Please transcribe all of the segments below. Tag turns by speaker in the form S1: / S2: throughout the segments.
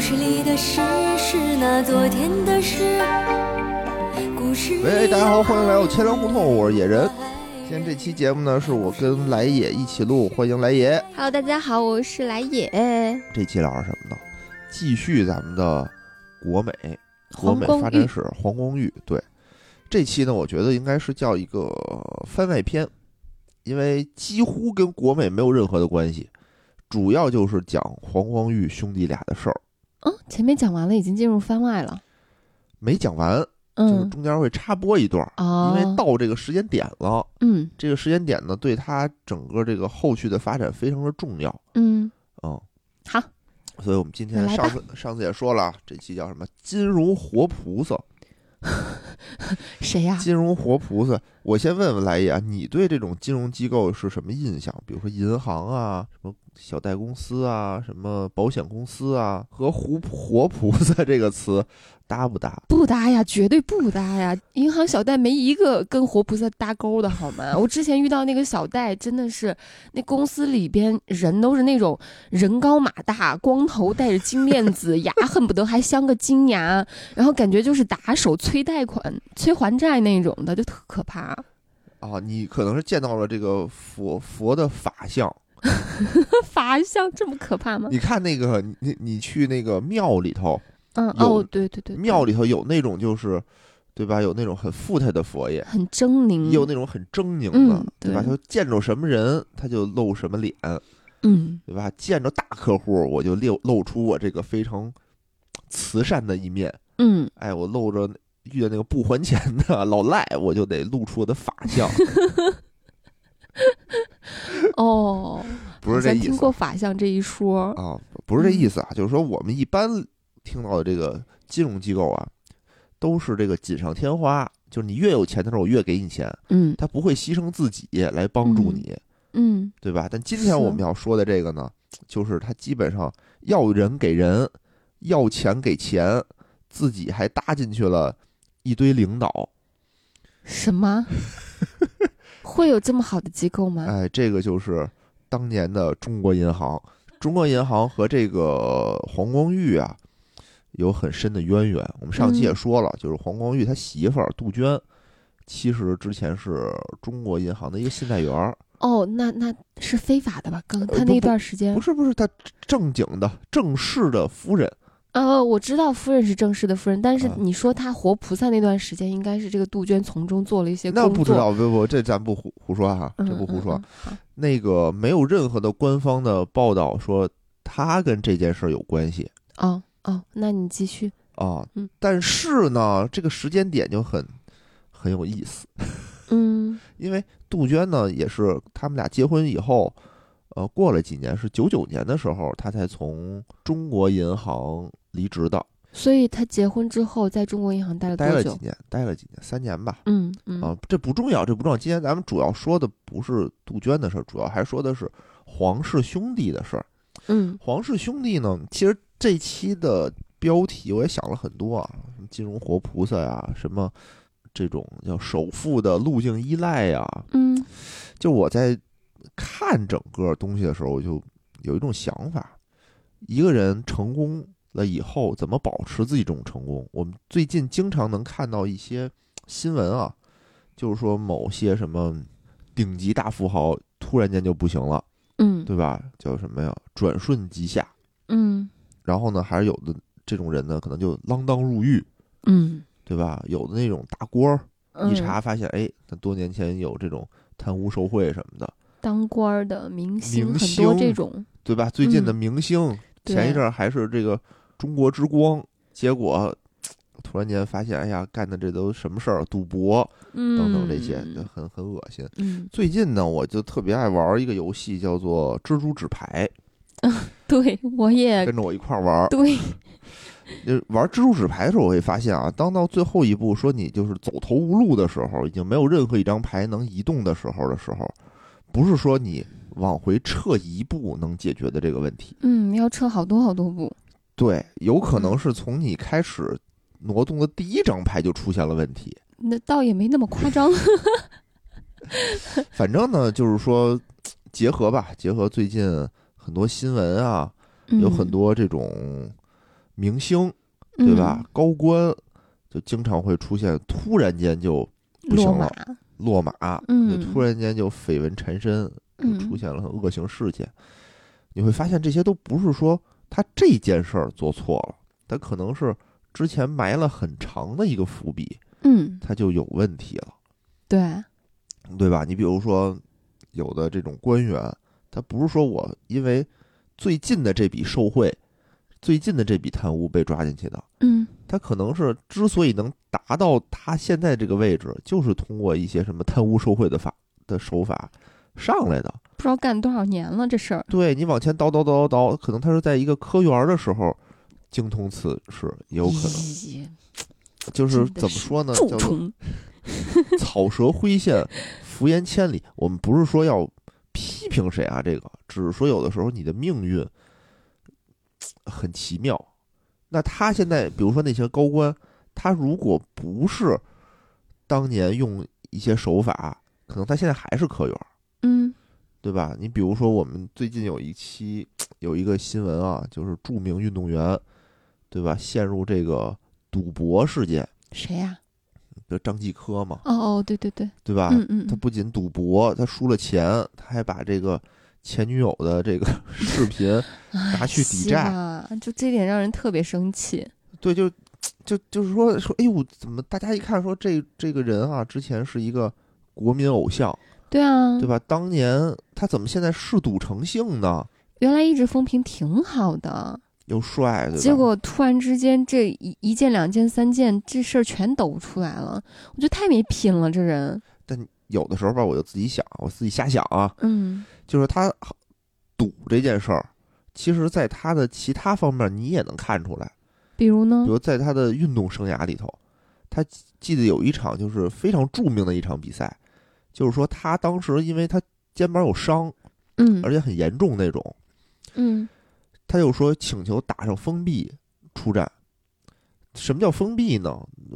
S1: 事里的事是那昨天的事。故事
S2: 喂，大家好，欢迎来到千粮胡同，我是野人。今
S1: 今
S2: 天这期节目呢，是我跟来也一起录，欢迎来也。
S3: Hello，大家好，我是来也。
S2: 这期聊点什么呢？继续咱们的国美，国
S3: 皇
S2: 美
S3: 宫
S2: 发展
S3: 玉
S2: 史，皇宫玉。对，这期呢，我觉得应该是叫一个番外篇，因为几乎跟国美没有任何的关系，主要就是讲黄光裕兄弟俩的事儿，
S3: 嗯，前面讲完了，已经进入番外了。
S2: 没讲完，就是
S3: 嗯，
S2: 中间会插播一段儿，
S3: 哦，
S2: 因为到这个时间点了。
S3: 嗯
S2: 这个时间点呢，对他整个这个后续的发展非常的重要，
S3: 嗯，
S2: 嗯，
S3: 好，
S2: 所以我们今天
S3: 来吧
S2: 上次上次也说了，啊这期叫什么？金如活菩萨，
S3: 谁呀、
S2: 金融活菩萨。我先问问来也啊，你对这种金融机构是什么印象？比如说银行啊，什么小贷公司啊，什么保险公司啊，和“活活菩萨”这个词搭不搭？
S3: 不搭呀，绝对不搭呀！银行小贷没一个跟活菩萨搭钩的好 吗？我之前遇到那个小贷，真的是那公司里边人都是那种人高马大，光头，戴着金链 子，牙恨不得还镶个金牙，然后感觉就是打手催贷款、催还债那种的，就特可怕。
S2: 啊，你可能是见到了这个佛佛的法相。
S3: 法相这么可怕吗？
S2: 你看那个，你你去那个庙里头，
S3: 嗯，
S2: 有
S3: 哦，对对对，对
S2: 庙里头有那种就是，对吧？有那种很富态的佛爷，
S3: 很狰狞，
S2: 也有那种很狰狞的，
S3: 嗯
S2: 对吧？
S3: 对
S2: 就见着什么人他就露什么脸，
S3: 嗯
S2: 对吧？见着大客户我就露露出我这个非常慈善的一面，
S3: 嗯，
S2: 哎，我露着遇见那个不还钱的老赖，我就得露出我的法 相，
S3: 哦，
S2: 不是这
S3: 好像
S2: 意
S3: 听
S2: 思
S3: 过嗯法相这一说，
S2: 啊，不是这意思啊，就是说我们一般听到的这个金融机构啊，都是这个锦上添花，就是你越有钱的时候我越给你钱，
S3: 嗯
S2: 他不会牺牲自己来帮助
S3: 嗯
S2: 你。
S3: 嗯
S2: 对吧？但今天我们要说的这个呢，就是他基本上要人给人，要钱给钱，自己还搭进去了一堆领导，
S3: 什么？ 会有这么好的机构吗？
S2: 哎，这个就是当年的中国银行。中国银行和这个黄光裕啊，有很深的渊源。我们上期也
S3: 嗯
S2: 说了，就是黄光裕他媳妇儿杜鹃，其实之前是中国银行的一个信贷员儿，
S3: 哦，那那是非法的吧？刚
S2: 呃
S3: 他
S2: 不
S3: 那段时间
S2: 不，是不是，他正经的正式的夫人。
S3: 呃，我知道夫人是正式的夫人，但是
S2: 啊
S3: 你说他活菩萨那段时间，应该是这个杜鹃从中做了一些工
S2: 那
S3: 作，
S2: 不知道，不不，这咱不胡胡说哈、
S3: 嗯，
S2: 这不胡说。
S3: 嗯。嗯好
S2: 那个没有任何的官方的报道说他跟这件事儿有关系
S3: 哦哦，那你继续，
S2: 啊。
S3: 嗯
S2: 但是呢，这个时间点就很很有意思，
S3: 嗯
S2: 因为杜鹃呢也是他们俩结婚以后，呃，过了几年，是九九年的时候，她才从中国银行离职的，
S3: 所以他结婚之后在中国银行待了
S2: 待
S3: 呃多
S2: 了几
S3: 久？
S2: 年，待了几年，三年吧。
S3: 嗯嗯
S2: 啊，这不重要，这不重要。今天咱们主要说的不是杜鹃的事儿，主要还说的是皇室兄弟的事儿。
S3: 嗯
S2: 皇室兄弟呢，其实这期的标题我也想了很多啊，什么金融活菩萨呀、什么这种叫首富的路径依赖呀、
S3: 嗯
S2: 就我在看整个东西的时候，我就有一种想法：一个人成功了以后，怎么保持自己这种成功？我们最近经常能看到一些新闻啊，就是说某些什么顶级大富豪突然间就不行了，
S3: 嗯
S2: 对吧？叫什么呀？转瞬即下。
S3: 嗯
S2: 然后呢，还是有的这种人呢，可能就锒铛入狱，
S3: 嗯，
S2: 对吧？有的那种大官儿一
S3: 嗯
S2: 查发现，哎，他多年前有这种贪污受贿什么的。
S3: 当官儿的明星
S2: 明
S3: 很多
S2: 星
S3: 这种，
S2: 对吧？最近的
S3: 嗯
S2: 明星，前一阵儿还是这个中国之光，结果嘖突然间发现，哎呀，干的这都什么事儿？赌博
S3: 嗯
S2: 等等这些，就很很恶心。
S3: 嗯，
S2: 最近呢，我就特别爱玩一个游戏，叫做《蜘蛛纸牌
S3: 对，我》，也
S2: 跟着我一块儿玩儿。
S3: 哎对，
S2: 就是玩蜘蛛纸牌的时候，我会发现啊，当到最后一步说你就是走投无路的时候，已经没有任何一张牌能移动的时候的时候，不是说你往回撤一步能解决的这个问题。
S3: 嗯，要撤好多好多步，
S2: 对，有可
S3: 嗯
S2: 能是从你开始挪动的第一张牌就出现了问题。
S3: 那倒也没那么夸张，
S2: 反正呢，就是说，结 合吧，结合最近很多新闻啊，有很
S3: 嗯
S2: 多这种明星，对吧？
S3: 嗯？
S2: 高官就经常会出现突然间就不行
S3: 落马
S2: 了，落马，
S3: 嗯
S2: 就突然间就绯闻缠身，就出
S3: 嗯
S2: 现了很恶性事件。你会发现这些都不是说他这件事儿做错了，他可能是之前埋了很长的一个伏笔，
S3: 嗯，
S2: 他就有问题了。
S3: 对，
S2: 对吧？你比如说，有的这种官员，他不是说我因为最近的这笔受贿、最近的这笔贪污被抓进去的，
S3: 嗯
S2: 他可能是之所以能达到他现在这个位置，就是通过一些什么贪污受贿的法的手法上来的。
S3: 不知道干多少年了这事儿，
S2: 对你往前倒倒倒倒倒，可能他是在一个科员的时候精通此事，也有可能
S3: 咦
S2: 就是
S3: 真的
S2: 怎么
S3: 是
S2: 说呢？
S3: 蛀
S2: 叫做
S3: 虫，
S2: 草蛇灰线，浮言千里。我们不是说要批评谁啊，这个只是说有的时候你的命运很奇妙。那他现在，比如说那些高官，他如果不是当年用一些手法，可能他现在还是科员，
S3: 嗯
S2: 对吧？你比如说，我们最近有一期有一个新闻啊，就是著名运动员，对吧？陷入这个赌博事件，
S3: 谁呀？
S2: 就张继科嘛，
S3: 哦哦，对对对，
S2: 对吧？
S3: 嗯嗯
S2: 啊他，不仅赌博，他输了钱，他还把这个前女友的 这个视频，拿去抵债
S3: 啊，就这点让人特别生气。
S2: 对，就就就是说说，哎呦，怎么大家一看说这这个人啊，之前是一个国民偶像，
S3: 对啊，
S2: 对吧？当年他怎么现在嗜赌成性呢？
S3: 原来一直风评挺好的，
S2: 又帅，对吧？
S3: 结果突然之间这一一件、两件、三件，这事儿全抖出来了，我觉得太没品了，这人。
S2: 但有的时候吧，我就自己想，我自己瞎想啊，
S3: 嗯，
S2: 就是他赌这件事儿，其实在他的其他方面你也能看出来。
S3: 比如呢
S2: 比？如在他的运动生涯里头，他记记得有一场就是非常著名的一场比赛，就是说他当时因为他肩膀有伤，
S3: 嗯
S2: 而且很严重那种，
S3: 嗯
S2: 他就说请求打上封闭出战。什么叫封闭呢？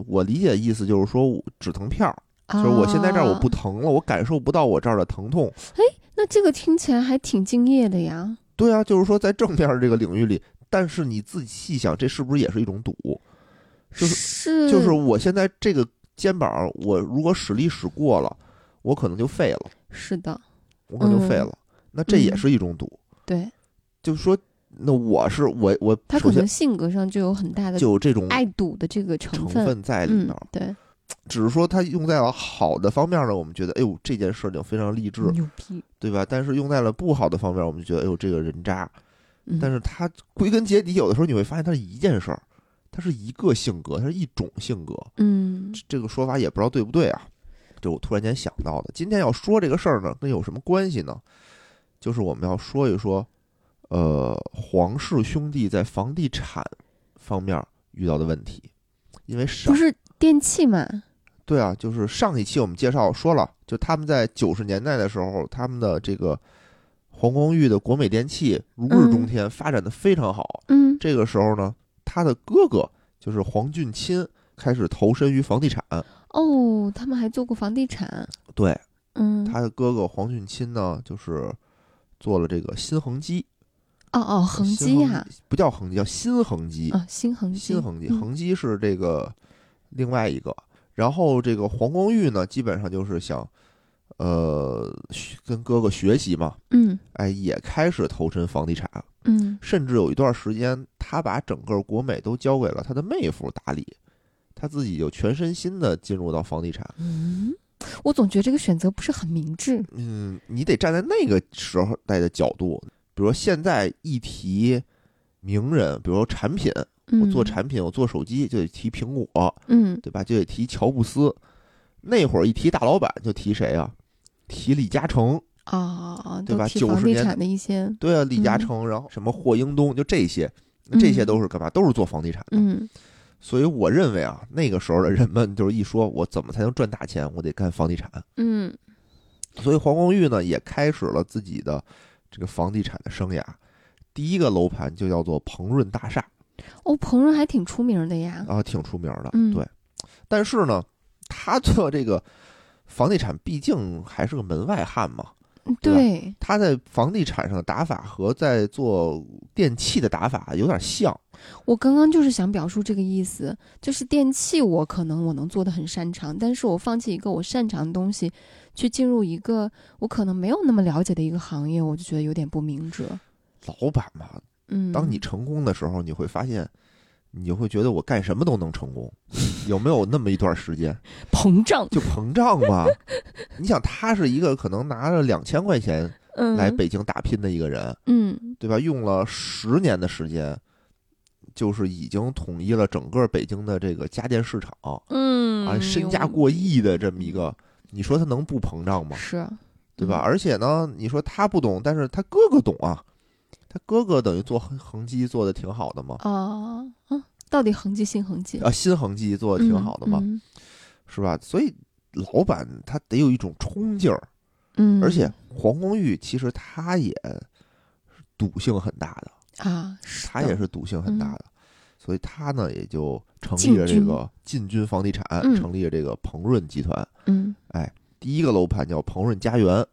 S2: 我理解的意思就是说我止疼片儿，就
S3: 啊，
S2: 是我现在这儿我不疼了，我感受不到我这儿的疼痛。
S3: 那这个听起来还挺敬业的呀。
S2: 对啊，就是说在正面这个领域里，但是你自己细想，这是不是也是一种赌？就是
S3: 是
S2: 就是我现在这个肩膀，我如果使力使过了，我可能就废了，
S3: 是的，
S2: 我可能就废
S3: 嗯
S2: 了。那这也
S3: 嗯
S2: 是一种赌，
S3: 对
S2: 就是说，那我是我我
S3: 他
S2: 首
S3: 可
S2: 先
S3: 能性格上就有很大的
S2: 就有这种
S3: 爱赌的这个成
S2: 成
S3: 分。
S2: 分在里面
S3: 嗯，，对，
S2: 只是说他用在了好的方面呢，我们觉得哎呦这件事情非常励志，
S3: 牛逼。
S2: 对吧？但是用在了不好的方面，我们就觉得哎呦这个人渣。
S3: 嗯
S2: 但是他归根结底，有的时候你会发现，它是一件事儿，它是一个性格，它是一种性格。
S3: 嗯，
S2: 这这个说法也不知道对不对啊，这我突然间想到的。今天要说这个事儿呢，跟有什么关系呢？就是我们要说一说，呃，皇室兄弟在房地产方面遇到的问题，因为上
S3: 不是电器嘛？
S2: 对啊，就是上一期我们介绍说了，就他们在九十年代的时候，他们的这个皇宫玉的国美电器如日中
S3: 嗯
S2: 天，发展的非常好。
S3: 嗯
S2: 这个时候呢，他的哥哥就是黄俊钦开始投身于房地产，
S3: 哦，他们还做过房地产。
S2: 对。
S3: 嗯，
S2: 他的哥哥黄俊钦呢，就是做了这个新恒基，
S3: 哦哦，恒
S2: 新
S3: 基呀、
S2: 不叫恒基，叫新恒基，
S3: 啊，新恒基，
S2: 新恒基，
S3: 嗯
S2: 恒基是这个另外一个。然后这个黄光裕呢，基本上就是想，呃，学跟哥哥学习嘛，
S3: 嗯
S2: 哎，也开始投身房地产，
S3: 嗯
S2: 甚至有一段时间，他把整个国美都交给了他的妹夫打理，他自己就全身心的进入到房地产。
S3: 嗯，我总觉得这个选择不是很明智。
S2: 嗯，你得站在那个时候代的角度，比如说现在一提名人，比如说产品，我
S3: 嗯，
S2: 做产品，我做手机就得提苹果，
S3: 嗯，
S2: 对吧？就得提乔布斯。那会儿一提大老板就提谁啊？提李嘉诚，
S3: 啊啊啊，
S2: 对
S3: 都
S2: 吧
S3: 提
S2: 90
S3: 房地
S2: 年
S3: 产的一些，
S2: 对啊，李嘉
S3: 嗯
S2: 诚，然后什么霍英东，就这些，那这些
S3: 嗯
S2: 都是干嘛？都是做房地产的。
S3: 嗯
S2: 所以我认为啊，那个时候的人们就是一说我怎么才能赚大钱，我得干房地产。
S3: 嗯
S2: 所以黄光裕呢也开始了自己的这个房地产的生涯。第一个楼盘就叫做鹏润大厦
S3: 哦，鹏润还挺出名的呀。
S2: 啊，挺出名的。
S3: 嗯
S2: 对，但是呢，他做这个房地产毕竟还是个门外汉嘛，
S3: 嗯
S2: 对吧
S3: 对，
S2: 他在房地产上的打法和在做电器的打法有点像，
S3: 我刚刚就是想表述这个意思，就是电器我可能我能做的很擅长，但是我放弃一个我擅长的东西，去进入一个我可能没有那么了解的一个行业，我就觉得有点不明哲。
S2: 老板嘛，
S3: 嗯，
S2: 当你成功的时候，你会发现，你就会觉得我干什么都能成功，有没有那么一段时间
S3: 膨胀，
S2: 就膨胀 嘛？你想，他是一个可能拿着两千块钱
S3: 嗯，
S2: 来北京打拼的一个人，
S3: 嗯，
S2: 对吧？用了十年的时间，就是已经统一了整个北京的这个家电市场，
S3: 嗯
S2: 啊，
S3: 嗯，
S2: 身
S3: 有
S2: 价过亿的这么一个，你说他能不膨胀吗？
S3: 是，
S2: 对吧？
S3: 嗯
S2: 而且呢，你说他不懂，但是他哥哥懂啊。他哥哥等于做恒恒基做的挺好的嘛，
S3: 啊啊，到底恒基新恒基
S2: 啊，新恒基做的挺好的嘛，
S3: 嗯，
S2: 是吧？所以老板他得有一种冲劲儿，
S3: 嗯
S2: 而且黄光裕其实他也赌性很大的，
S3: 啊，是
S2: 他
S3: 的嗯
S2: 也是赌性很大的，所以他呢也就成
S3: 进
S2: 立了这
S3: 军
S2: 个进军房地产，
S3: 嗯
S2: 成立了这个鹏润集团。哎
S3: 嗯
S2: 第一个楼盘叫鹏润家园，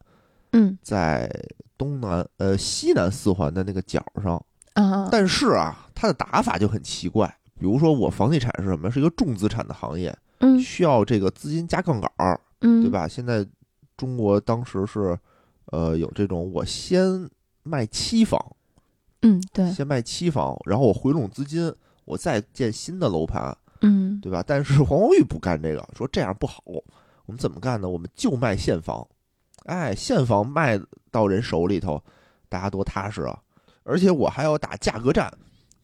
S3: 嗯
S2: 在东南呃西南四环的那个角上。
S3: 啊，
S2: 但是啊，它的打法就很奇怪。比如说，我房地产是什么？是一个重资产的行业，
S3: 嗯
S2: 需要这个资金加杠杆儿，
S3: 嗯，
S2: 对？吧？现在中国当时是，呃，有这种我先卖期房，
S3: 嗯，对，
S2: 先卖期房，然后我回笼资金，我再建新的楼盘，
S3: 嗯
S2: 对吧？但是黄光裕不干这个，说这样不好，我们怎么干呢？我们就卖现房，哎，现房卖到人手里头，大家多踏实啊！而且我还要打价格战，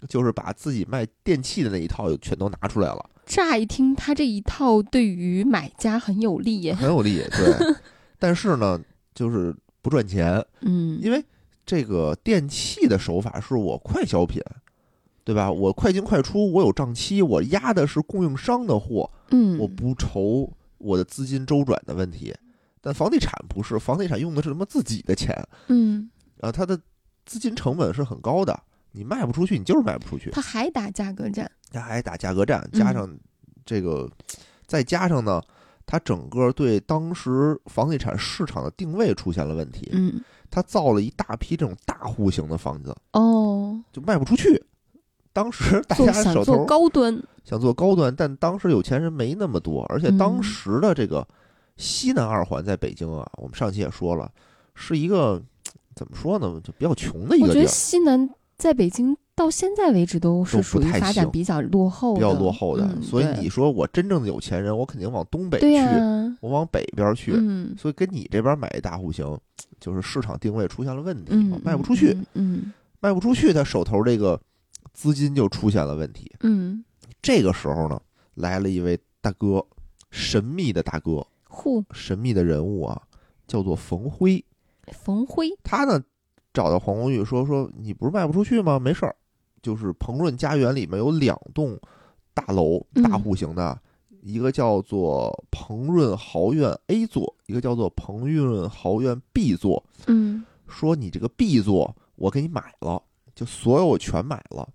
S2: 就是把自己卖电器的那一套全都拿出来了，
S3: 乍一听，他这一套对于买家很有利耶。
S2: 很有利， 对。但是呢，就是不赚钱，
S3: 嗯
S2: 因为这个电器的手法是我快消品，对吧？我快进快出，我有账期，我压的是供应商的货，
S3: 嗯，
S2: 我不愁我的资金周转的问题。但房地产不是，房地产用的是他妈自己的钱
S3: 嗯，
S2: 啊，它的资金成本是很高的，你卖不出去，你就是卖不出去。
S3: 他还打价格战。
S2: 它还打价格战，加
S3: 嗯
S2: 上这个，再加上呢，它整个对当时房地产市场的定位出现了问题，
S3: 嗯
S2: 它造了一大批这种大户型的房子，
S3: 哦，
S2: 就卖不出去。当时大
S3: 做
S2: 家
S3: 想
S2: 手头
S3: 做高端，
S2: 想做高端，但当时有钱人没那么多，而且当
S3: 嗯
S2: 时的这个西南二环在北京啊，我们上期也说了，是一个怎么说呢，就比较穷的一
S3: 我
S2: 个
S3: 觉
S2: 地
S3: 得
S2: 儿，
S3: 西南在北京到现在为止都
S2: 都
S3: 是
S2: 不
S3: 属于
S2: 太
S3: 发展
S2: 行
S3: 比较落后的，
S2: 比较落后的。
S3: 嗯
S2: 所以
S3: 对
S2: 你说我真正的有钱人，我肯定往东北
S3: 对
S2: 去，
S3: 呀、
S2: 我往北边去，
S3: 嗯
S2: 所以跟你这边买一大户型，就是市场定位出现了问题，
S3: 嗯，
S2: 卖不出去，
S3: 嗯
S2: 卖不出去，他手头这个资金就出现了问题。
S3: 嗯，
S2: 这个时候呢，来了一位大哥，神秘的大哥，
S3: 户
S2: 神秘的人物啊，叫做冯辉。
S3: 冯辉，
S2: 他呢找到黄光裕说说你不是卖不出去吗？没事儿，就是鹏润家园里面有两栋大楼
S3: 嗯
S2: 大户型的，一个叫做鹏润豪苑 A 座，一个叫做鹏润豪苑 B 座。
S3: 嗯，
S2: 说你这个 B 座我给你买了，就所有我全买了，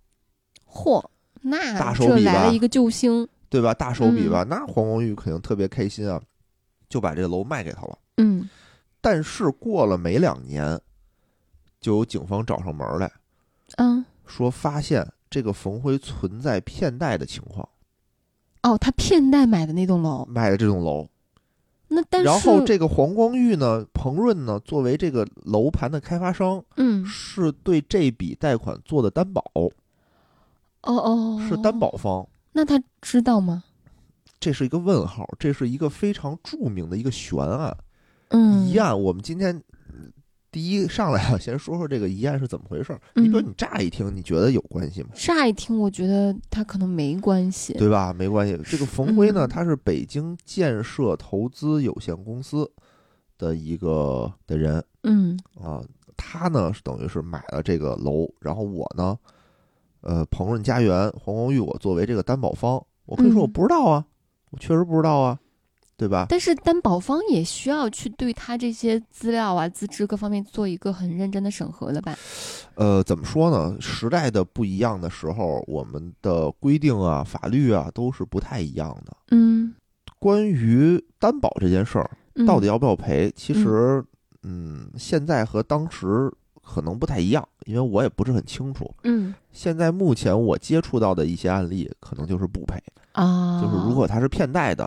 S3: 嚯，那
S2: 大手
S3: 这
S2: 笔
S3: 来
S2: 吧
S3: 了一个救星，
S2: 对吧？大手
S3: 嗯
S2: 笔吧？那黄光裕肯定特别开心啊，就把这楼卖给他了。
S3: 嗯
S2: 但是过了没两年，就有警方找上门来
S3: 嗯，
S2: 说，发现这个冯辉存在骗贷的情况，
S3: 哦，他骗贷买的那栋楼，
S2: 卖了这栋楼。
S3: 那哦但是
S2: 然后这个黄光裕呢，彭润呢，作为这个楼盘的开发商，
S3: 嗯
S2: 是对这笔贷款做的担保，
S3: 哦哦
S2: 是担，保方。
S3: 那他知道吗？
S2: 这是一个问号，这是一个非常著名的一个悬案。
S3: 嗯，
S2: 疑案，我们今天嗯第一上来啊，先说说这个疑案是怎么回事儿。你比如
S3: 嗯
S2: 你乍一听，你觉得有关系吗？
S3: 乍一听，我觉得他可能没关系。
S2: 对吧？没关系。这个冯辉呢，
S3: 嗯
S2: 他是北京建设投资有限公司的一个呃的人
S3: 嗯
S2: 啊，他呢是等于是买了这个楼，然后我呢，呃，鹏润家园、黄光裕，我作为这个担保方，我可以说
S3: 嗯
S2: 我不知道啊，我确实不知道啊，对吧？
S3: 但是担保方也需要去对他这些资料啊、资质各方面做一个很认真的审核的吧？
S2: 呃，怎么说呢？时代的不一样的时候，我们的规定啊、法律啊都是不太一样的。
S3: 嗯，
S2: 关于担保这件事儿，
S3: 嗯
S2: 嗯到底要不要赔？其实，嗯，现在和当时可能不太一样，因为我也不是很清楚。
S3: 嗯
S2: 现在目前我接触到的一些案例，可能就是不赔，
S3: 啊，
S2: 就是如果他是骗贷的，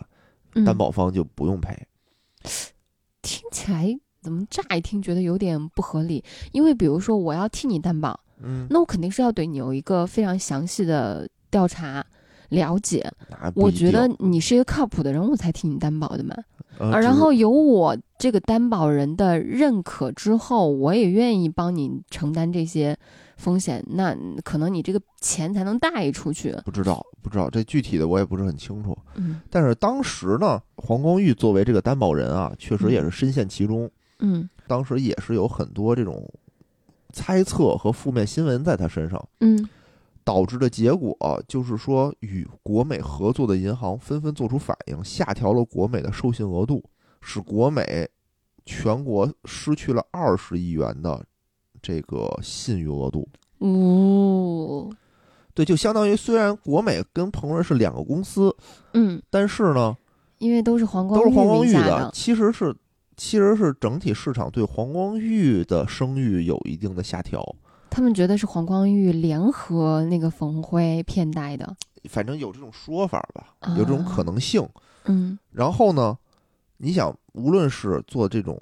S2: 担
S3: 嗯
S2: 保方就不用赔。
S3: 听起来怎么乍一听觉得有点不合理？因为比如说我要替你担保，
S2: 嗯，
S3: 那我肯定是要对你有一个非常详细的调查了解。
S2: 那不
S3: 我
S2: 一
S3: 觉得
S2: 定，
S3: 你是一个靠谱的人，我才替你担保的嘛。
S2: 呃
S3: 啊，
S2: 只
S3: 然
S2: 是
S3: 后有我这个担保人的认可之后，我也愿意帮你承担这些风险，那可能你这个钱才能贷出去。
S2: 不知道，不知道这具体的我也不是很清楚。
S3: 嗯
S2: 但是当时呢，黄光裕作为这个担保人啊，确实也是
S3: 嗯
S2: 深陷其中。
S3: 嗯
S2: 当时也是有很多这种猜测和负面新闻在他身上，
S3: 嗯
S2: 导致的结果就是说，与国美合作的银行纷纷做出反应，下调了国美的授信额度，使国美全国失去了二十亿元的这个信誉额度。
S3: 哦，
S2: 对，就相当于虽然国美跟鹏润是两个公司，
S3: 嗯，
S2: 但是呢，
S3: 因为都是黄光
S2: 都是黄光
S3: 裕
S2: 裕
S3: 名下
S2: 的，其实是其实是整体市场对黄光裕的声誉有一定的下调，
S3: 他们觉得是黄光裕联合那个冯辉骗贷的。
S2: 反正有这种说法吧，有这种
S3: 啊
S2: 可能性。
S3: 嗯
S2: 然后呢，你想，无论是做这种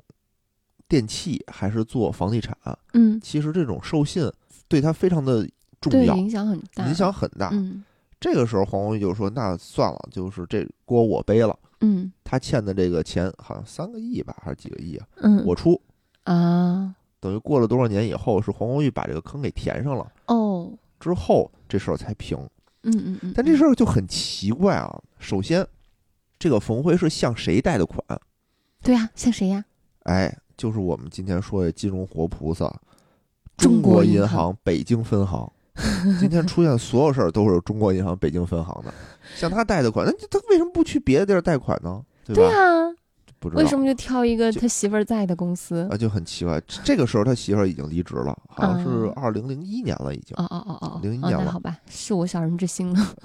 S2: 电器还是做房地产，
S3: 嗯，
S2: 其实这种授信对它非常的重
S3: 对，
S2: 要，
S3: 影响很大。
S2: 影响很大。
S3: 嗯
S2: 这个时候，黄光裕就说：“那算了，就是这锅我背了。”
S3: 嗯
S2: 他欠的这个钱好像三个亿吧，还是几个亿啊？
S3: 嗯，
S2: 我出，
S3: 啊
S2: 等于过了多少年以后，是黄光裕把这个坑给填上了，
S3: 哦，
S2: 之后这事儿才平。
S3: 嗯嗯嗯，
S2: 但这
S3: 是
S2: 事儿就很奇怪啊。首先，这个冯辉是向谁贷的款？
S3: 对啊，像谁呀？
S2: 哎，就是我们今天说的金融活菩萨，
S3: 中
S2: 国
S3: 国
S2: 银
S3: 银行
S2: 行北京分行。今天出现的所有事儿都是中国银行北京分行的，向他贷的款，那他为什么不去别的地儿贷款呢？对吧？
S3: 对啊，
S2: 不知道
S3: 为什么就挑一个
S2: 就
S3: 他媳妇儿在的公司？
S2: 啊，就很奇怪。这个时候他媳妇儿已经离职了，好像是
S3: 啊
S2: 二零零一年了已经。
S3: 哦哦哦哦，
S2: 01
S3: 哦
S2: 年
S3: 那
S2: 了
S3: 好吧，是我小人之心了。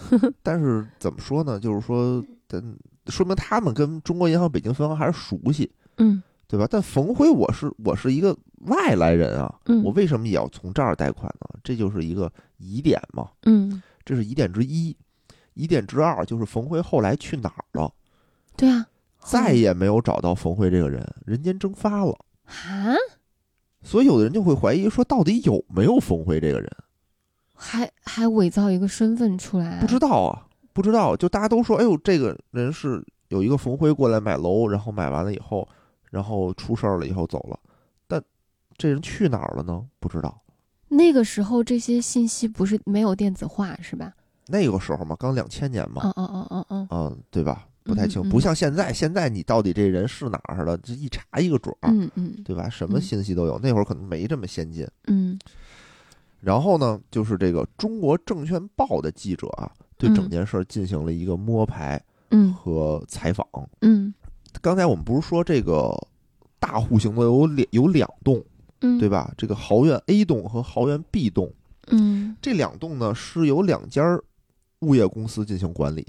S2: 但是怎么说呢？就是说，嗯，说明他们跟中国银行北京分行还是熟悉，
S3: 嗯
S2: 对吧？但冯辉，我是我是一个外来人啊，
S3: 嗯
S2: 我为什么也要从这儿贷款呢？这就是一个疑点嘛，
S3: 嗯，
S2: 这是疑点之一。疑点之二就是冯辉后来去哪儿了，
S3: 对啊，
S2: 再也没有找到冯辉这个人，人间蒸发了。
S3: 啊，
S2: 所以有的人就会怀疑说，到底有没有冯辉这个人？
S3: 还还伪造一个身份出来，
S2: 不知道啊，不知道。就大家都说，哎呦，这个人是有一个冯辉过来买楼，然后买完了以后，然后出事儿了以后走了，但这人去哪儿了呢？不知道。
S3: 那个时候这些信息不是没有电子化是吧？
S2: 那个时候嘛，刚两千年嘛，
S3: 哦哦哦哦哦，
S2: 嗯，对吧？不太清，
S3: 嗯嗯
S2: 不像现在，现在你到底这人是哪儿的，这一查一个准儿，
S3: 嗯嗯
S2: 对吧？什么
S3: 嗯
S2: 信息都有。那会儿可能没这么先进。
S3: 嗯
S2: 然后呢，就是这个《中国证券报》的记者啊，对整
S3: 嗯
S2: 件事儿进行了一个摸排
S3: 嗯
S2: 和采访。
S3: 嗯
S2: 刚才我们不是说这个大户型的有两有两栋，
S3: 嗯，
S2: 对吧？这个豪苑 A 栋和豪苑 B 栋
S3: 嗯
S2: 这两栋呢是由两家儿物业公司进行管理。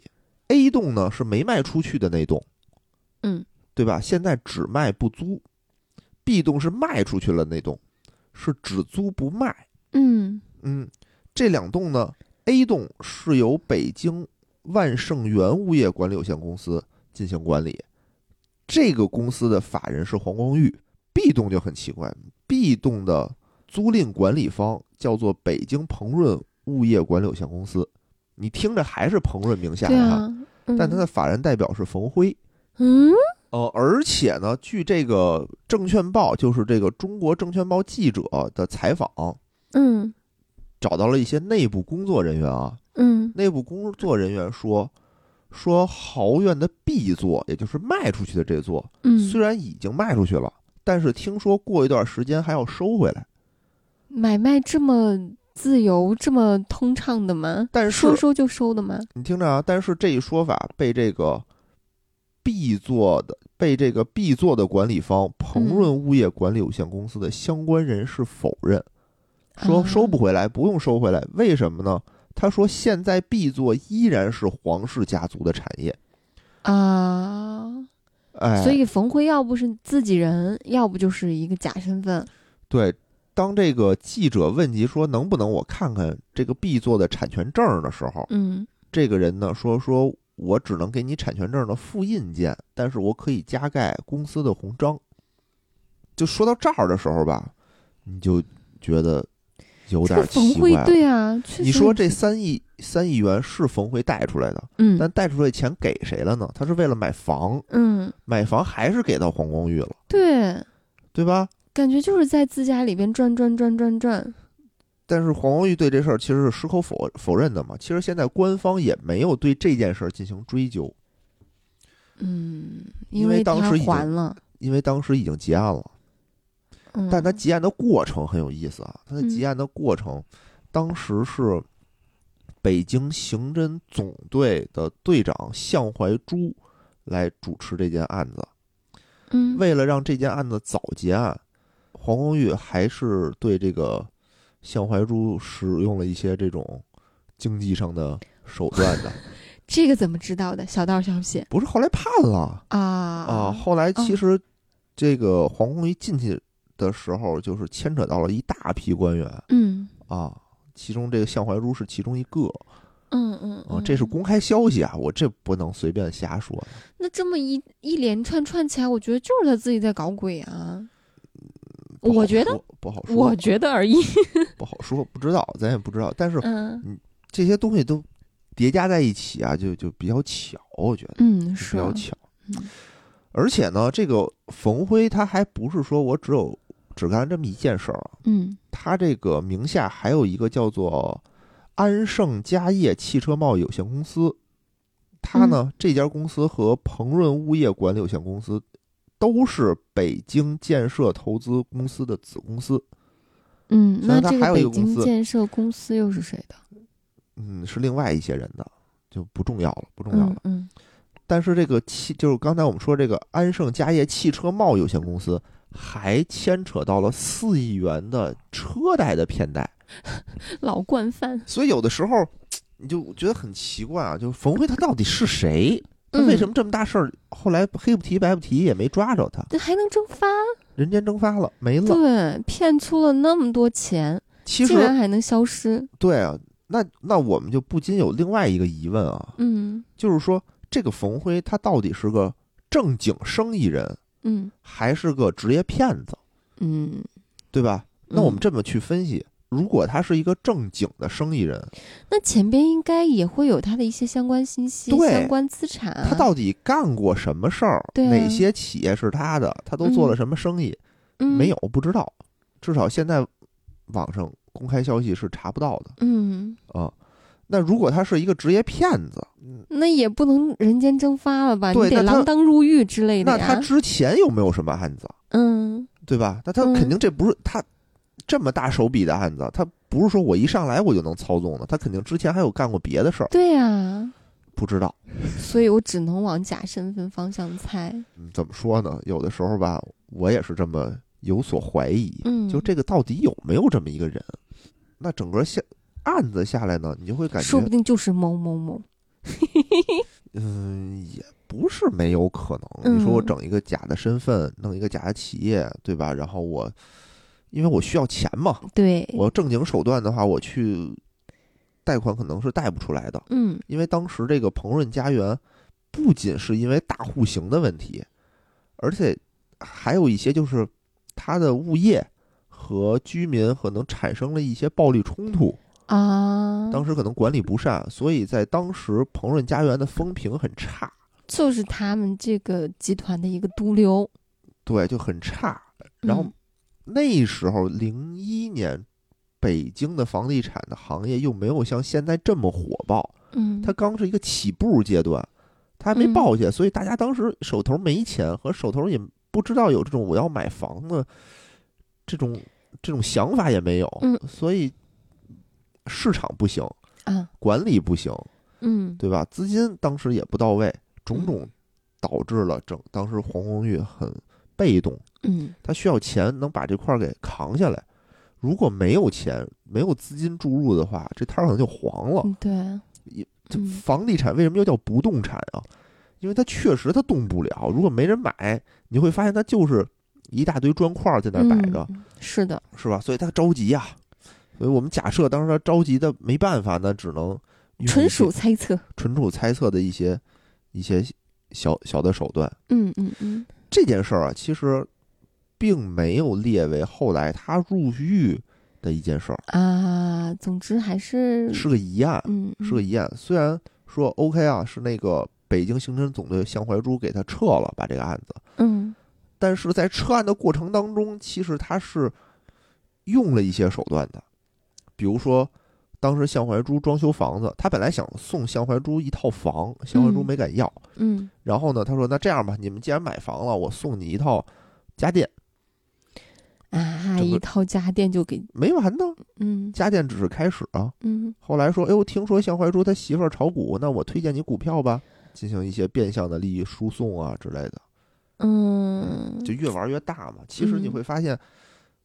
S2: A 栋呢是没卖出去的那栋，
S3: 嗯，
S2: 对吧？现在只卖不租。B 栋是卖出去了那栋，是只租不卖。
S3: 嗯
S2: 嗯，这两栋呢，A 栋是由北京万盛源物业管理有限公司进行管理，这个公司的法人是黄光裕。B 栋就很奇怪，B 栋的租赁管理方叫做北京鹏润物业管理有限公司，你听着还是鹏润名下
S3: 对
S2: 的哈，
S3: 啊，嗯
S2: 但它的法人代表是冯辉。
S3: 嗯
S2: 呃，而且呢，据这个《证券报》，就是这个中国证券报记者的采访，
S3: 嗯
S2: 找到了一些内部工作人员啊，
S3: 嗯
S2: 内部工作人员说，说豪苑的 B 座，也就是卖出去的这座，
S3: 嗯，
S2: 虽然已经卖出去了，但是听说过一段时间还要收回来。
S3: 买卖这么自由、这么通畅的吗？
S2: 但是
S3: 说收就收的吗？
S2: 你听着啊，但是这一说法被这个 B 座的被这个 B 座的管理方鹏
S3: 嗯
S2: 润物业管理有限公司的相关人士否认，说
S3: 啊
S2: 收不回来，不用收回来，为什么呢？他说现在 B 座依然是黄氏家族的产业，
S3: 啊，
S2: 哎，
S3: 所以冯辉要不是自己人，要不就是一个假身份。
S2: 对，当这个记者问及说能不能我看看这个 B 座的产权证儿的时候，
S3: 嗯
S2: 这个人呢说说我只能给你产权证的复印件，但是我可以加盖公司的红章。就说到这儿的时候吧，你就觉得有
S3: 这个
S2: 点
S3: 冯
S2: 奇
S3: 辉
S2: 怪了。
S3: 对啊，确实
S2: 你说这三亿三亿元是冯辉带出来的，
S3: 嗯
S2: 但带出来钱给谁了呢？他是为了买房，
S3: 嗯
S2: 买房还是给到黄光裕了，
S3: 对，
S2: 对吧？
S3: 感觉就是在自家里边转转转转转，
S2: 但是黄光裕对这事儿其实是矢口否否认的嘛。其实现在官方也没有对这件事儿进行追究，
S3: 嗯，
S2: 因为
S3: 为
S2: 当
S3: 他
S2: 时已经
S3: 还了，
S2: 因为当时已经结案了。
S3: 嗯、
S2: 但他结案的过程很有意思啊，他的
S3: 嗯
S2: 结案的过程，当时是北京刑侦总队的队长向怀珠来主持这件案子。
S3: 嗯
S2: 为了让这件案子早结案，黄光裕还是对这个向怀珠使用了一些这种经济上的手段的。
S3: 这个怎么知道的？小道消息
S2: 不是后来判了
S3: 啊
S2: 啊，
S3: 啊
S2: 后来其实这个黄光裕进去的时候，就是牵扯到了一大批官员
S3: 嗯
S2: 啊。其中这个向怀珠是其中一个
S3: 嗯嗯
S2: 啊，这是公开消息啊，我这不能随便瞎说的。
S3: 那这么一一连串串起来，我觉得就是他自己在搞鬼啊。
S2: 嗯不好
S3: 我觉得，
S2: 说不好
S3: 我
S2: 说，
S3: 觉得而已。
S2: 不好说，不知道，咱也不知道。但是
S3: 嗯
S2: 这些东西都叠加在一起啊，就就比较巧，我觉得
S3: 嗯，
S2: 比
S3: 是
S2: 较巧。
S3: 嗯
S2: 而且呢，这个冯辉他还不是说我只有只干这么一件事儿啊，
S3: 嗯
S2: 他这个名下还有一个叫做安盛嘉业汽车贸易有限公司，他呢、这家公司和鹏润物业管理有限公司都是北京建设投资公司的子公司，
S3: 嗯，
S2: 虽
S3: 那
S2: 然他
S3: 这
S2: 还有一
S3: 北
S2: 个公
S3: 京
S2: 司
S3: 建设公司又是谁的？
S2: 嗯，是另外一些人的，就不重要了，不重要了。
S3: 嗯嗯
S2: 但是这个汽就是刚才我们说这个安盛嘉业汽车贸易有限公司，还牵扯到了四亿元的车贷的骗贷，
S3: 嗯老惯犯，
S2: 所以有的时候你就觉得很奇怪啊，就是冯辉他到底是谁？他为什
S3: 么
S2: 么这么大事儿，后来黑不提白不提，也没抓着他，
S3: 这嗯还能蒸发？
S2: 人间蒸发了，没了。
S3: 对，骗出了那么多钱，
S2: 其
S3: 竟然
S2: 实
S3: 还能消失？
S2: 对啊，那那我们就不禁有另外一个疑问啊，
S3: 嗯
S2: 就是说这个冯辉他到底是个正经生意人，
S3: 嗯
S2: 还是个职业骗子，
S3: 嗯。
S2: 对吧？那我们
S3: 嗯
S2: 这么去分析，如果他是一个正经的生意人，
S3: 那前边应该也会有他的一些相关信息、
S2: 对
S3: 相关资产啊。
S2: 他到底干过什么事儿？
S3: 对啊
S2: 哪些企业是他的？他都做了什么生意？
S3: 嗯
S2: 没有不知道，至少现在网上公开消息是查不到的
S3: 嗯，
S2: 啊。那如果他是一个职业骗子，
S3: 嗯那也不能人间蒸发了吧？
S2: 对
S3: 你得
S2: 那他
S3: 锒铛入狱之类
S2: 那
S3: 的
S2: 他
S3: 呀。
S2: 之前有没有什么案子？
S3: 嗯
S2: 对吧？那他
S3: 嗯
S2: 肯定这不是他这么大手笔的案子，他不是说我一上来我就能操纵的，他肯定之前还有干过别的事儿，，
S3: 对呀，
S2: 不知道。
S3: 所以我只能往假身份方向猜。
S2: 嗯怎么说呢？有的时候吧，我也是这么有所怀疑，
S3: 嗯，
S2: 就这个到底有没有这么一个人？那整个下案子下来呢，你就会感
S3: 说
S2: 觉
S3: 不，定就是某某某。
S2: 嗯，也不是没有可能。
S3: 嗯
S2: 你说我整一个假的身份，弄一个假的企业，对吧？然后我，因为我需要钱嘛，
S3: 对，
S2: 我正经手段的话，我去贷款可能是贷不出来的，
S3: 嗯
S2: 因为当时这个鹏润家园不仅是因为大户型的问题，而且还有一些就是它的物业和居民可能产生了一些暴力冲突，
S3: 啊，
S2: 当时可能管理不善，所以在当时鹏润家园的风评很差，
S3: 就是他们这个集团的一个毒瘤。
S2: 对，就很差。然后
S3: 嗯
S2: 那时候零一年。北京的房地产的行业又没有像现在这么火爆，
S3: 嗯，
S2: 它刚是一个起步阶段，它还没
S3: 嗯
S2: 爆起来，所以大家当时手头没钱，和手头也不知道有这种我要买房的这种这种想法也没有，
S3: 嗯
S2: 所以市场不行，
S3: 啊，
S2: 管理不行，
S3: 嗯
S2: 对吧？资金当时也不到位，种
S3: 嗯
S2: 种导致了整当时黄光裕很被动，
S3: 嗯
S2: 他需要钱能把这块儿给扛下来。如果没有钱、没有资金注入的话，这摊儿可能就黄了。
S3: 嗯，对，
S2: 这
S3: 嗯
S2: 房地产为什么又叫不动产啊？因为它确实它动不了，如果没人买，你会发现它就是一大堆砖块儿在那儿摆着，
S3: 嗯是的，
S2: 是吧？所以他着急呀、所以我们假设当时他着急的没办法，那只能用一些
S3: 纯属猜测。
S2: 纯属猜测的一些一些小小的手段。
S3: 嗯嗯嗯，
S2: 这件事儿啊，其实并没有列为后来他入狱的一件事儿，
S3: 啊，总之还是
S2: 是个疑案，
S3: 嗯，
S2: 是个
S3: 嗯
S2: 疑案。虽然说 OK 啊，是那个北京刑侦总队向怀珠给他撤了，把这个案子，
S3: 嗯
S2: 但是在撤案的过程当中，其实他是用了一些手段的，比如说。当时向怀珠装修房子，他本来想送向怀珠一套房，向怀珠
S3: 嗯
S2: 没敢要，
S3: 嗯，
S2: 然后呢，他说：“那这样吧，你们既然买房了，我送你一套家电。
S3: 啊，
S2: 整个
S3: 一套家电就给”
S2: 没完呢，
S3: 嗯
S2: 家电只是开始啊。
S3: 嗯
S2: 后来说：“哎呦，听说向怀珠他媳妇儿炒股，那我推荐你股票吧。”进行一些变相的利益输送啊之类的，
S3: 嗯，
S2: 就越玩越大嘛。其实你
S3: 嗯
S2: 会发现，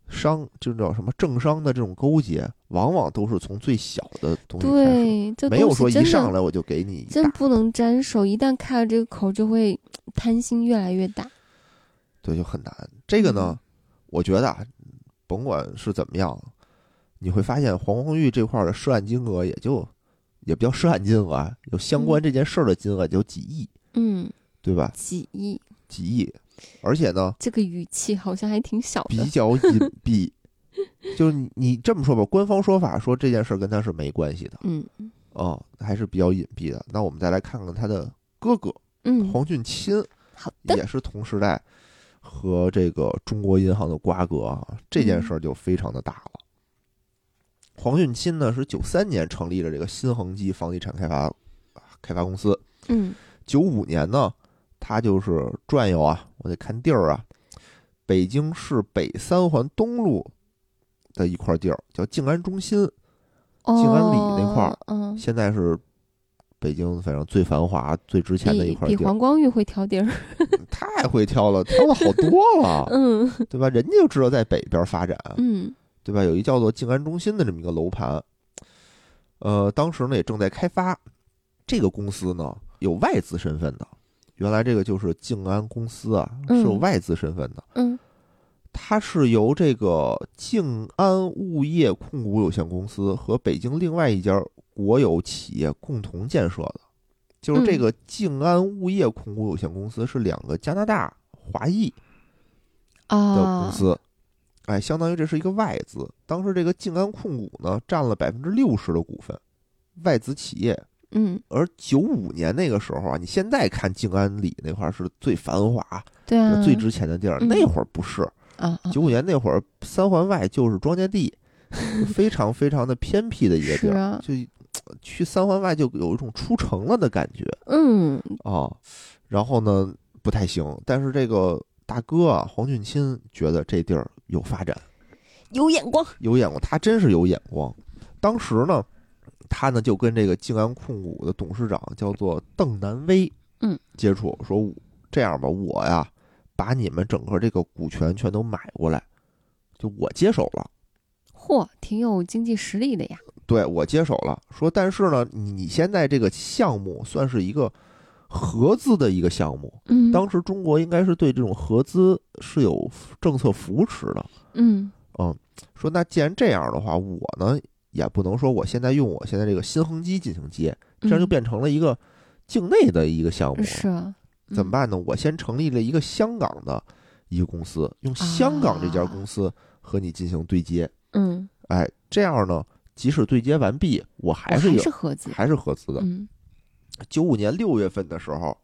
S2: 商就叫什么政商的这种勾结，往往都是从最小的东西开始，
S3: 对，这
S2: 没有
S3: 东西
S2: 说一
S3: 真的
S2: 上来我就给你一
S3: 真
S2: 大。
S3: 不能沾手，一旦开了这个口，就会贪心越来越大。
S2: 对，就很难。这个呢，我觉
S3: 嗯
S2: 得啊，甭管是怎么样，你会发现黄光裕这块儿的涉案金额也就也不叫涉案金额啊，有相关
S3: 嗯
S2: 这件事儿的金额也就几亿，
S3: 嗯，
S2: 对吧？
S3: 几亿，
S2: 几亿，而且呢，
S3: 这个语气好像还挺小
S2: 比
S3: 的。
S2: 较隐 蔽。就是你你这么说吧，官方说法说这件事儿跟他是没关系的
S3: 嗯
S2: 啊、还是比较隐蔽的。那我们再来看看他的哥哥
S3: 嗯，
S2: 黄俊钦，
S3: 好的。
S2: 也是同时代和这个中国银行的瓜葛啊，这
S3: 嗯
S2: 件事儿就非常的大了。黄俊钦呢是九三年成立了这个新恒基房地产开发啊开发公司，
S3: 嗯
S2: 九五年呢他就是转悠啊，我得看地儿啊，北京市北三环东路的一块地儿叫静安中心，
S3: 哦，
S2: 静安里那块儿
S3: 嗯，
S2: 现在是北京反正最繁华、最值钱的一
S3: 比
S2: 块
S3: 比
S2: 地儿，
S3: 黄光裕会挑地儿。
S2: 太会挑了，挑的好多了。
S3: 嗯
S2: 对吧？人家就知道在北边发展，
S3: 嗯
S2: 对吧？有一叫做静安中心的这么一个楼盘，呃，当时呢也正在开发。这个公司呢有外资身份的，原来这个就是静安公司啊，
S3: 嗯
S2: 是有外资身份的。
S3: 嗯
S2: 它是由这个静安物业控股有限公司和北京另外一家国有企业共同建设的，就是这
S3: 嗯
S2: 个静安物业控股有限公司是两个加拿大华裔的公
S3: 啊，
S2: 司，哎，相当于这是一个外资。当时这个静安控股呢，占了百分之六十的股份，外资企业。
S3: 嗯，
S2: 而九五年那个时候啊，你现在看静安里那块儿是最繁华、
S3: 对啊，
S2: 最值钱的地儿，
S3: 嗯
S2: 那会儿不是。
S3: 啊啊
S2: 九五年那会儿，三环外就是庄稼 地，非常非常的偏僻的一个地
S3: 是
S2: 儿，
S3: 啊，
S2: 就去三环外就有一种出城了的感觉。
S3: 嗯
S2: 啊，然后呢不太行，但是这个大哥啊，黄俊钦觉得这地儿有发展，
S3: 有眼光。
S2: 有眼光，他真是有眼光。当时呢，他呢就跟这个静安控股的董事长叫做邓南威，
S3: 嗯，
S2: 接触说这样吧，我呀把你们整个这个股权全都买过来，就我接手了。
S3: 嚯，挺有经济实力的呀。
S2: 对我接手了，说但是呢，你现在这个项目算是一个合资的一个项目，
S3: 嗯，
S2: 当时中国应该是对这种合资是有政策扶持的，
S3: 嗯
S2: 嗯，说那既然这样的话，我呢也不能说我现在用我现在这个新恒基进行接，这样就
S3: 嗯
S2: 变成了一个境内的一个项目，
S3: 是啊
S2: 怎么？办呢？我先成立了一个香港的一个公司，用香港这家
S3: 啊
S2: 公司和你进行对接，
S3: 嗯，
S2: 哎，这样呢，即使对接完毕，我
S3: 我
S2: 还
S3: 还
S2: 是有
S3: 是合资。
S2: 还是合资的。
S3: 嗯
S2: 九五年六月份的时候，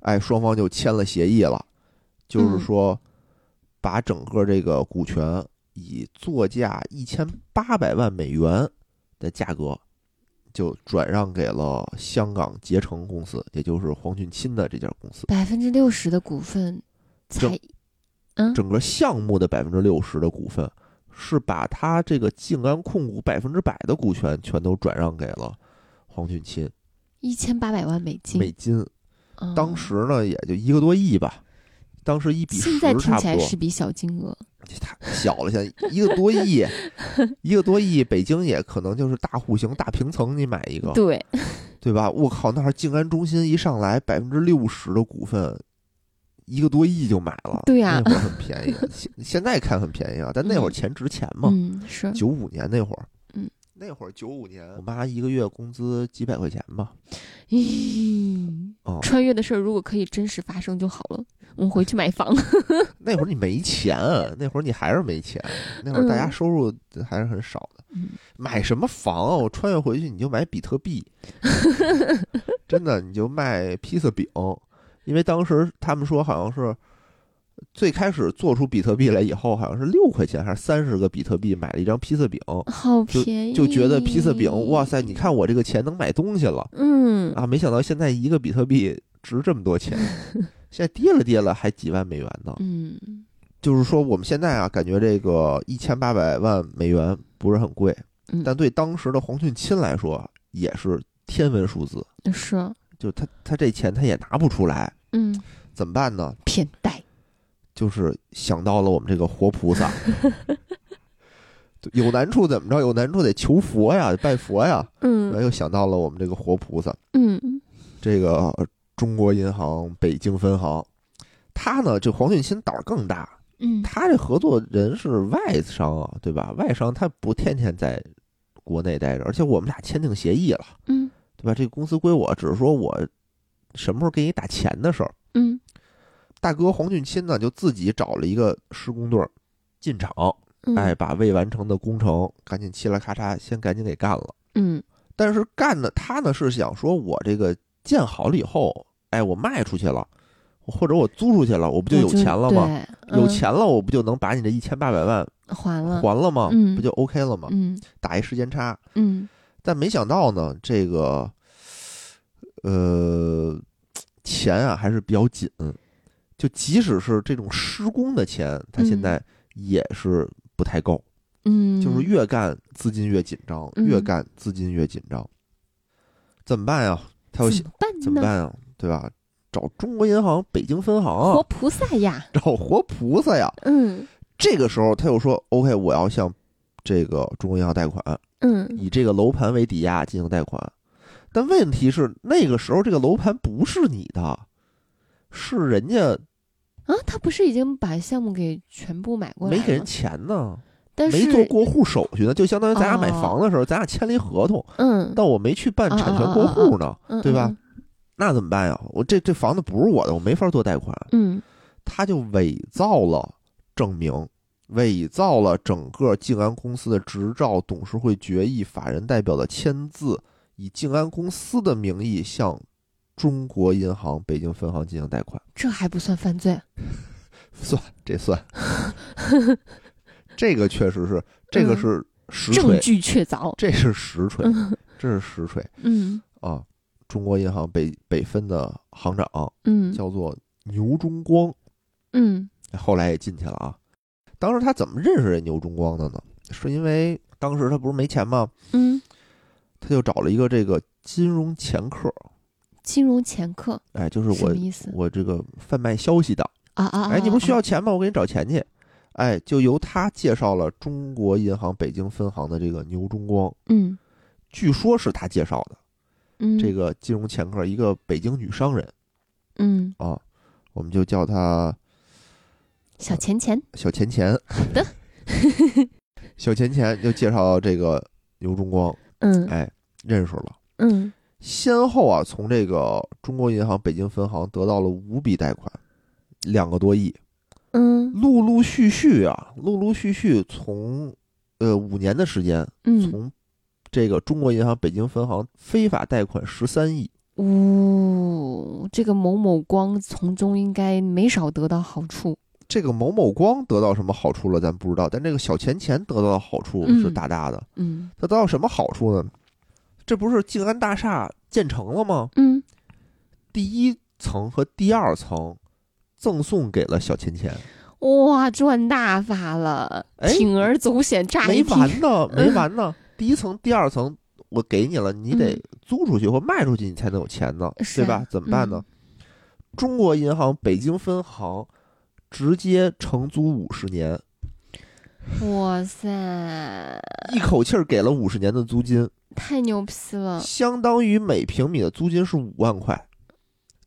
S2: 哎，双方就签了协议了，就是
S3: 嗯
S2: 说把整个这个股权以作价一千八百万美元的价格，就转让给了香港捷诚公司，也就是黄俊钦的这家公司，
S3: 百分之六十的股份才
S2: 整
S3: 嗯
S2: 整个项目的百分之六十的股份。是把他这个静安控股百分之百的股权全都转让给了黄俊钦，
S3: 一千八百万美金，
S2: 美金
S3: 嗯
S2: 当时呢也就一个多亿吧，当时一比十
S3: 现在听
S2: 差
S3: 起
S2: 不
S3: 来
S2: 多
S3: 是，笔小金额。
S2: 太小了，现在一个多 亿，一个多亿，北京也可能就是大户型、大平层，你买一个，
S3: 对，
S2: 对吧？我靠，那儿静安中心一上来百分之六十的股份，一个多亿就买了，
S3: 对呀
S2: 那会儿很便 宜，现现在看很便宜啊，但那会儿钱值钱嘛，
S3: 嗯，是，
S2: 九五年那会儿，
S3: 嗯，
S2: 那会儿九五年，我妈一个月工资几百块钱吧，
S3: 嗯
S2: 哦，
S3: 穿越的事儿如果可以真实发生就好了，我们回去买房。
S2: 那会儿你没钱，啊那会儿你还是没钱，那会儿大家
S3: 嗯
S2: 收入还是很少的，
S3: 嗯
S2: 买什么房啊？我穿越回去你就买比特 币，真的你就卖披萨饼，因为当时他们说好像是。最开始做出比特币来以后，好像是六块钱还是三十个比特币买了一张披萨饼，
S3: 好便宜，
S2: 就觉得披萨饼，哇塞，你，看我这个钱能买东西了
S3: 嗯，
S2: 啊！没想到现在一个比特币值这么多 钱，现在跌了跌了还几万美元呢。
S3: 嗯
S2: 就是说我们现在啊，感觉这个一千八百万美元不是很贵，
S3: 嗯
S2: 但对当时的黄俊钦来说也是天文数字，
S3: 是，啊
S2: 就他他这钱他也拿不出来，
S3: 嗯，
S2: 怎么办呢？
S3: 骗贷，
S2: 就是想到了我们这个活菩 萨。有难处怎么着？有难处得求佛呀，拜佛呀。然后
S3: 嗯
S2: 又想到了我们这个活菩萨，
S3: 嗯
S2: 这个呃中国银行北京分行，他呢，这黄俊钦胆儿更大，
S3: 嗯，
S2: 他这合作人是外商啊，对吧？外商他不天天在国内待着，而且我们俩签订协议了，
S3: 嗯
S2: 对吧？这个公司归我，只是说我什么时候给你打钱的事儿。
S3: 嗯
S2: 大哥黄俊钦呢，就自己找了一个施工队儿进厂，
S3: 嗯，
S2: 哎，，把未完成的工程赶紧嘁啦咔嚓，先赶紧给干了。
S3: 嗯
S2: 但是干的他呢是想说，我这个建好了以后，哎，我卖出去了，或者我租出去了，我不就有钱了吗？
S3: 吗
S2: 有，钱了，我不就能把你这一千八百万
S3: 嗯还了，
S2: 还了吗？
S3: 嗯
S2: 不就 OK 了吗？
S3: 嗯
S2: 打一时间差。
S3: 嗯
S2: 但没想到呢，这个，呃，钱啊还是比较紧，就即使是这种施工的钱，他现
S3: 嗯
S2: 在也是不太够。
S3: 嗯，
S2: 就是越干资金越紧张，
S3: 嗯
S2: 越干资金越紧张，怎么办呀？他又想
S3: 办
S2: 怎么
S3: 呢？
S2: 办呀？对吧？找中国银行北京分行
S3: 活
S2: 啊，
S3: 菩萨呀，
S2: 找活菩萨呀。
S3: 哦嗯
S2: 这个时候他又说：“OK，我要向这个中国银行贷款，
S3: 嗯
S2: 以这个楼盘为抵押进行贷款。”但问题是，那个时候这个楼盘不是你的，是人家
S3: 啊，他不是已经把项目给全部买过来
S2: 没
S3: 了，
S2: 给人钱呢，
S3: 但是
S2: 没做过户手续呢，就相当于咱俩买
S3: 哦
S2: 房的时候，咱俩签了一合同，
S3: 嗯，
S2: 但我没去办产权过户呢，
S3: 嗯
S2: 对吧？？那怎么办呀？我这这房子不是我的，我没法做贷款。
S3: 嗯
S2: 他就伪造了证明，伪造了整个静安公司的执照、董事会决议、法人代表的签字，以静安公司的名义向中国银行北京分行进行贷款。
S3: 这还不算犯罪，
S2: 算这 算，这个确实是，这个
S3: 嗯
S2: 是实
S3: 证
S2: 锤，
S3: 据确凿。
S2: 这是实锤，
S3: 嗯
S2: 这是实锤
S3: 嗯
S2: 啊！中国银行北北分的行长。
S3: 嗯
S2: 叫做牛中光，
S3: 嗯
S2: 后来也进去了啊。当时他怎么认识这牛中光的呢？是因为当时他不是没钱吗？
S3: 嗯，
S2: 他就找了一个这个金融掮客，
S3: 金融掮客
S2: 哎，就是
S3: 什么
S2: 我
S3: 意思
S2: 我这个贩卖消息的，
S3: 啊啊？啊
S2: 哎，你不需要
S3: 啊
S2: 钱吗？我给你找钱去，哎，就由他介绍了中国银行北京分行的这个牛中光，
S3: 嗯
S2: 据说是他介绍的
S3: 嗯
S2: 这个金融掮客，一个北京女商人
S3: 嗯
S2: 啊，我们就叫她
S3: 小钱钱，
S2: 小钱钱。好
S3: 的，
S2: 小钱钱就介绍这个牛中光，
S3: 嗯
S2: 哎，认识了。
S3: 嗯
S2: 先后啊，从这个中国银行北京分行得到了五笔贷款，两个多亿。
S3: 嗯
S2: 陆陆续续啊，陆陆续续从呃五年的时间，
S3: 嗯，
S2: 从这个中国银行北京分行非法贷款十三亿，
S3: 呜，这个某某光从中应该没少得到好处。
S2: 这个某某光得到什么好处了，咱不知道，但这个小钱钱得到的好处是
S3: 嗯
S2: 大大的。
S3: 嗯
S2: 它得到什么好处呢？这不是静安大厦建成了吗？
S3: 嗯，
S2: 第一层和第二层赠送给了小钱钱，
S3: 哇，赚大发了，
S2: 哎
S3: 铤而走险，乍
S2: 没
S3: 一听，
S2: 完 呢，没完呢。第一层、第二层我给你了，你得租出去或卖出去，你才能有钱呢，
S3: 是嗯
S2: 对吧？怎么办呢？中国银行北京分行直接承租五十年，
S3: 哇塞，
S2: 一口气儿给了五十年的租金，
S3: 太牛批了！
S2: 相当于每平米的租金是五万块，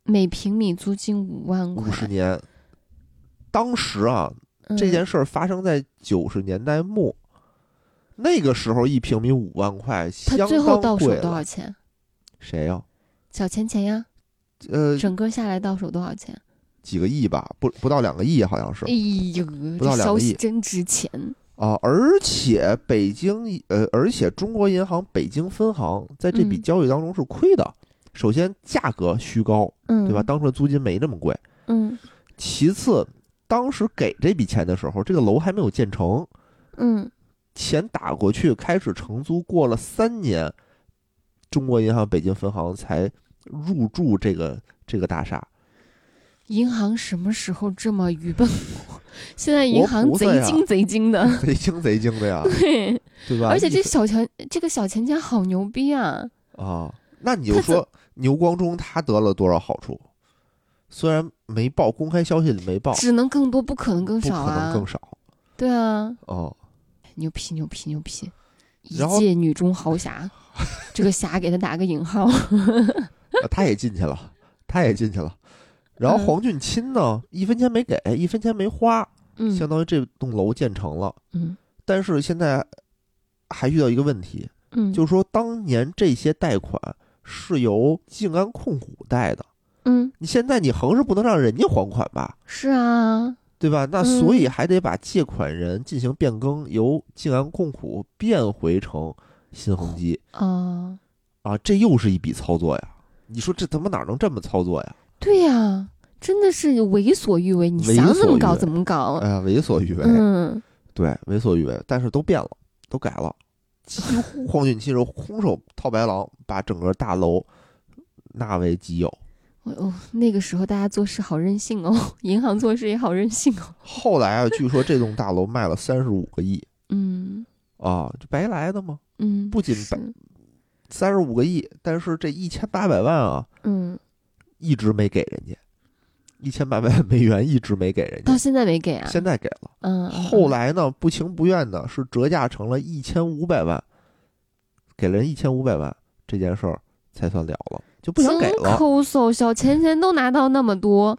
S3: 每平米租金五万块
S2: 五，十年当时啊，
S3: 嗯
S2: 这件事儿发生在九十年代末，那个时候一平米五万块，
S3: 他
S2: 相
S3: 最后到
S2: 当
S3: 手
S2: 贵
S3: 多
S2: 了。
S3: 少钱？
S2: 谁呀、
S3: 小钱钱呀，
S2: 呃，
S3: 整个下来到手多少钱？
S2: 几个亿吧，不不到两个亿，好像是
S3: 哎呦，
S2: 到
S3: 这
S2: 两个
S3: 消息
S2: 亿
S3: 真值钱！
S2: 啊。而且北京呃，而且中国银行北京分行在这笔
S3: 嗯
S2: 交易当中是亏的。首先，价格虚高，
S3: 嗯，
S2: 对吧？？当时的租金没那么贵。
S3: 嗯
S2: 其次，当时给这笔钱的时候，这个楼还没有建成，
S3: 嗯，
S2: 钱打过去开始承租，过了三年，中国银行北京分行才入驻这个这个大厦。
S3: 银行什么时候这么愚笨？ 现在银
S2: 我
S3: 行
S2: 不会
S3: 贼
S2: 啊
S3: 精贼精的，
S2: 贼精贼精的呀，
S3: 对。
S2: 对吧？
S3: 而且
S2: 一
S3: 这
S2: 分
S3: 小钱，这个小钱钱好牛逼啊！
S2: 啊，那你就
S3: 他怎
S2: 说牛光中他得了多少好处？虽然没报公开消息里没报，
S3: 只能更多，不可能更
S2: 哦不
S3: 少
S2: 可能
S3: 啊！
S2: 更少
S3: 对啊，
S2: 哦。
S3: 牛皮牛皮牛皮！一
S2: 然后
S3: 介女中豪侠， 这个侠给他打个引号。
S2: 啊他也进去了，他也进去了。然后
S3: 嗯
S2: 黄俊钦呢，一分钱没给，一分钱没花，
S3: 嗯
S2: 相当于这栋楼建成了。
S3: 嗯
S2: 但是现在还遇到一个问题，
S3: 嗯，
S2: 就是说当年这些贷款是由静安控股贷的，
S3: 嗯
S2: 你现在你横是不能让人家还款吧，
S3: 是啊，
S2: 对吧？那所以还得把借款人进行变更，由静安控股变回成新鸿基
S3: 啊，
S2: 啊，这又是一笔操作呀！你说这他妈哪能这么操作呀？
S3: 对呀，真的是为所欲为，你
S2: 为
S3: 想怎
S2: 所
S3: 么
S2: 欲
S3: 搞
S2: 为
S3: 怎么搞
S2: 哎。呀，为所欲为，
S3: 哦嗯，
S2: 对，为所欲为，但是都变了，都改了，几乎黄俊期是空手套白狼，把整个大楼纳为己有。
S3: 我哦，那个时候大家做事好任性哦， 银行做事也好任性哦。
S2: 后来啊，据说这栋大楼卖了三十五个亿
S3: 嗯
S2: 啊，这白来的吗？
S3: 嗯，
S2: 不仅
S3: 是
S2: 三十五个亿，但是这一千八百万啊，
S3: 嗯，
S2: 一直没给人家，一千八百万美元一直没给人
S3: 到
S2: 家，
S3: 现在没给啊。
S2: 现在给了。
S3: 嗯，嗯
S2: 后来呢，不情不愿的是折价成了一千五百万，给了人一千五百万，这件事儿才算了了，就不想给
S3: 真
S2: 了。
S3: 抠搜，小钱钱都拿到那么多。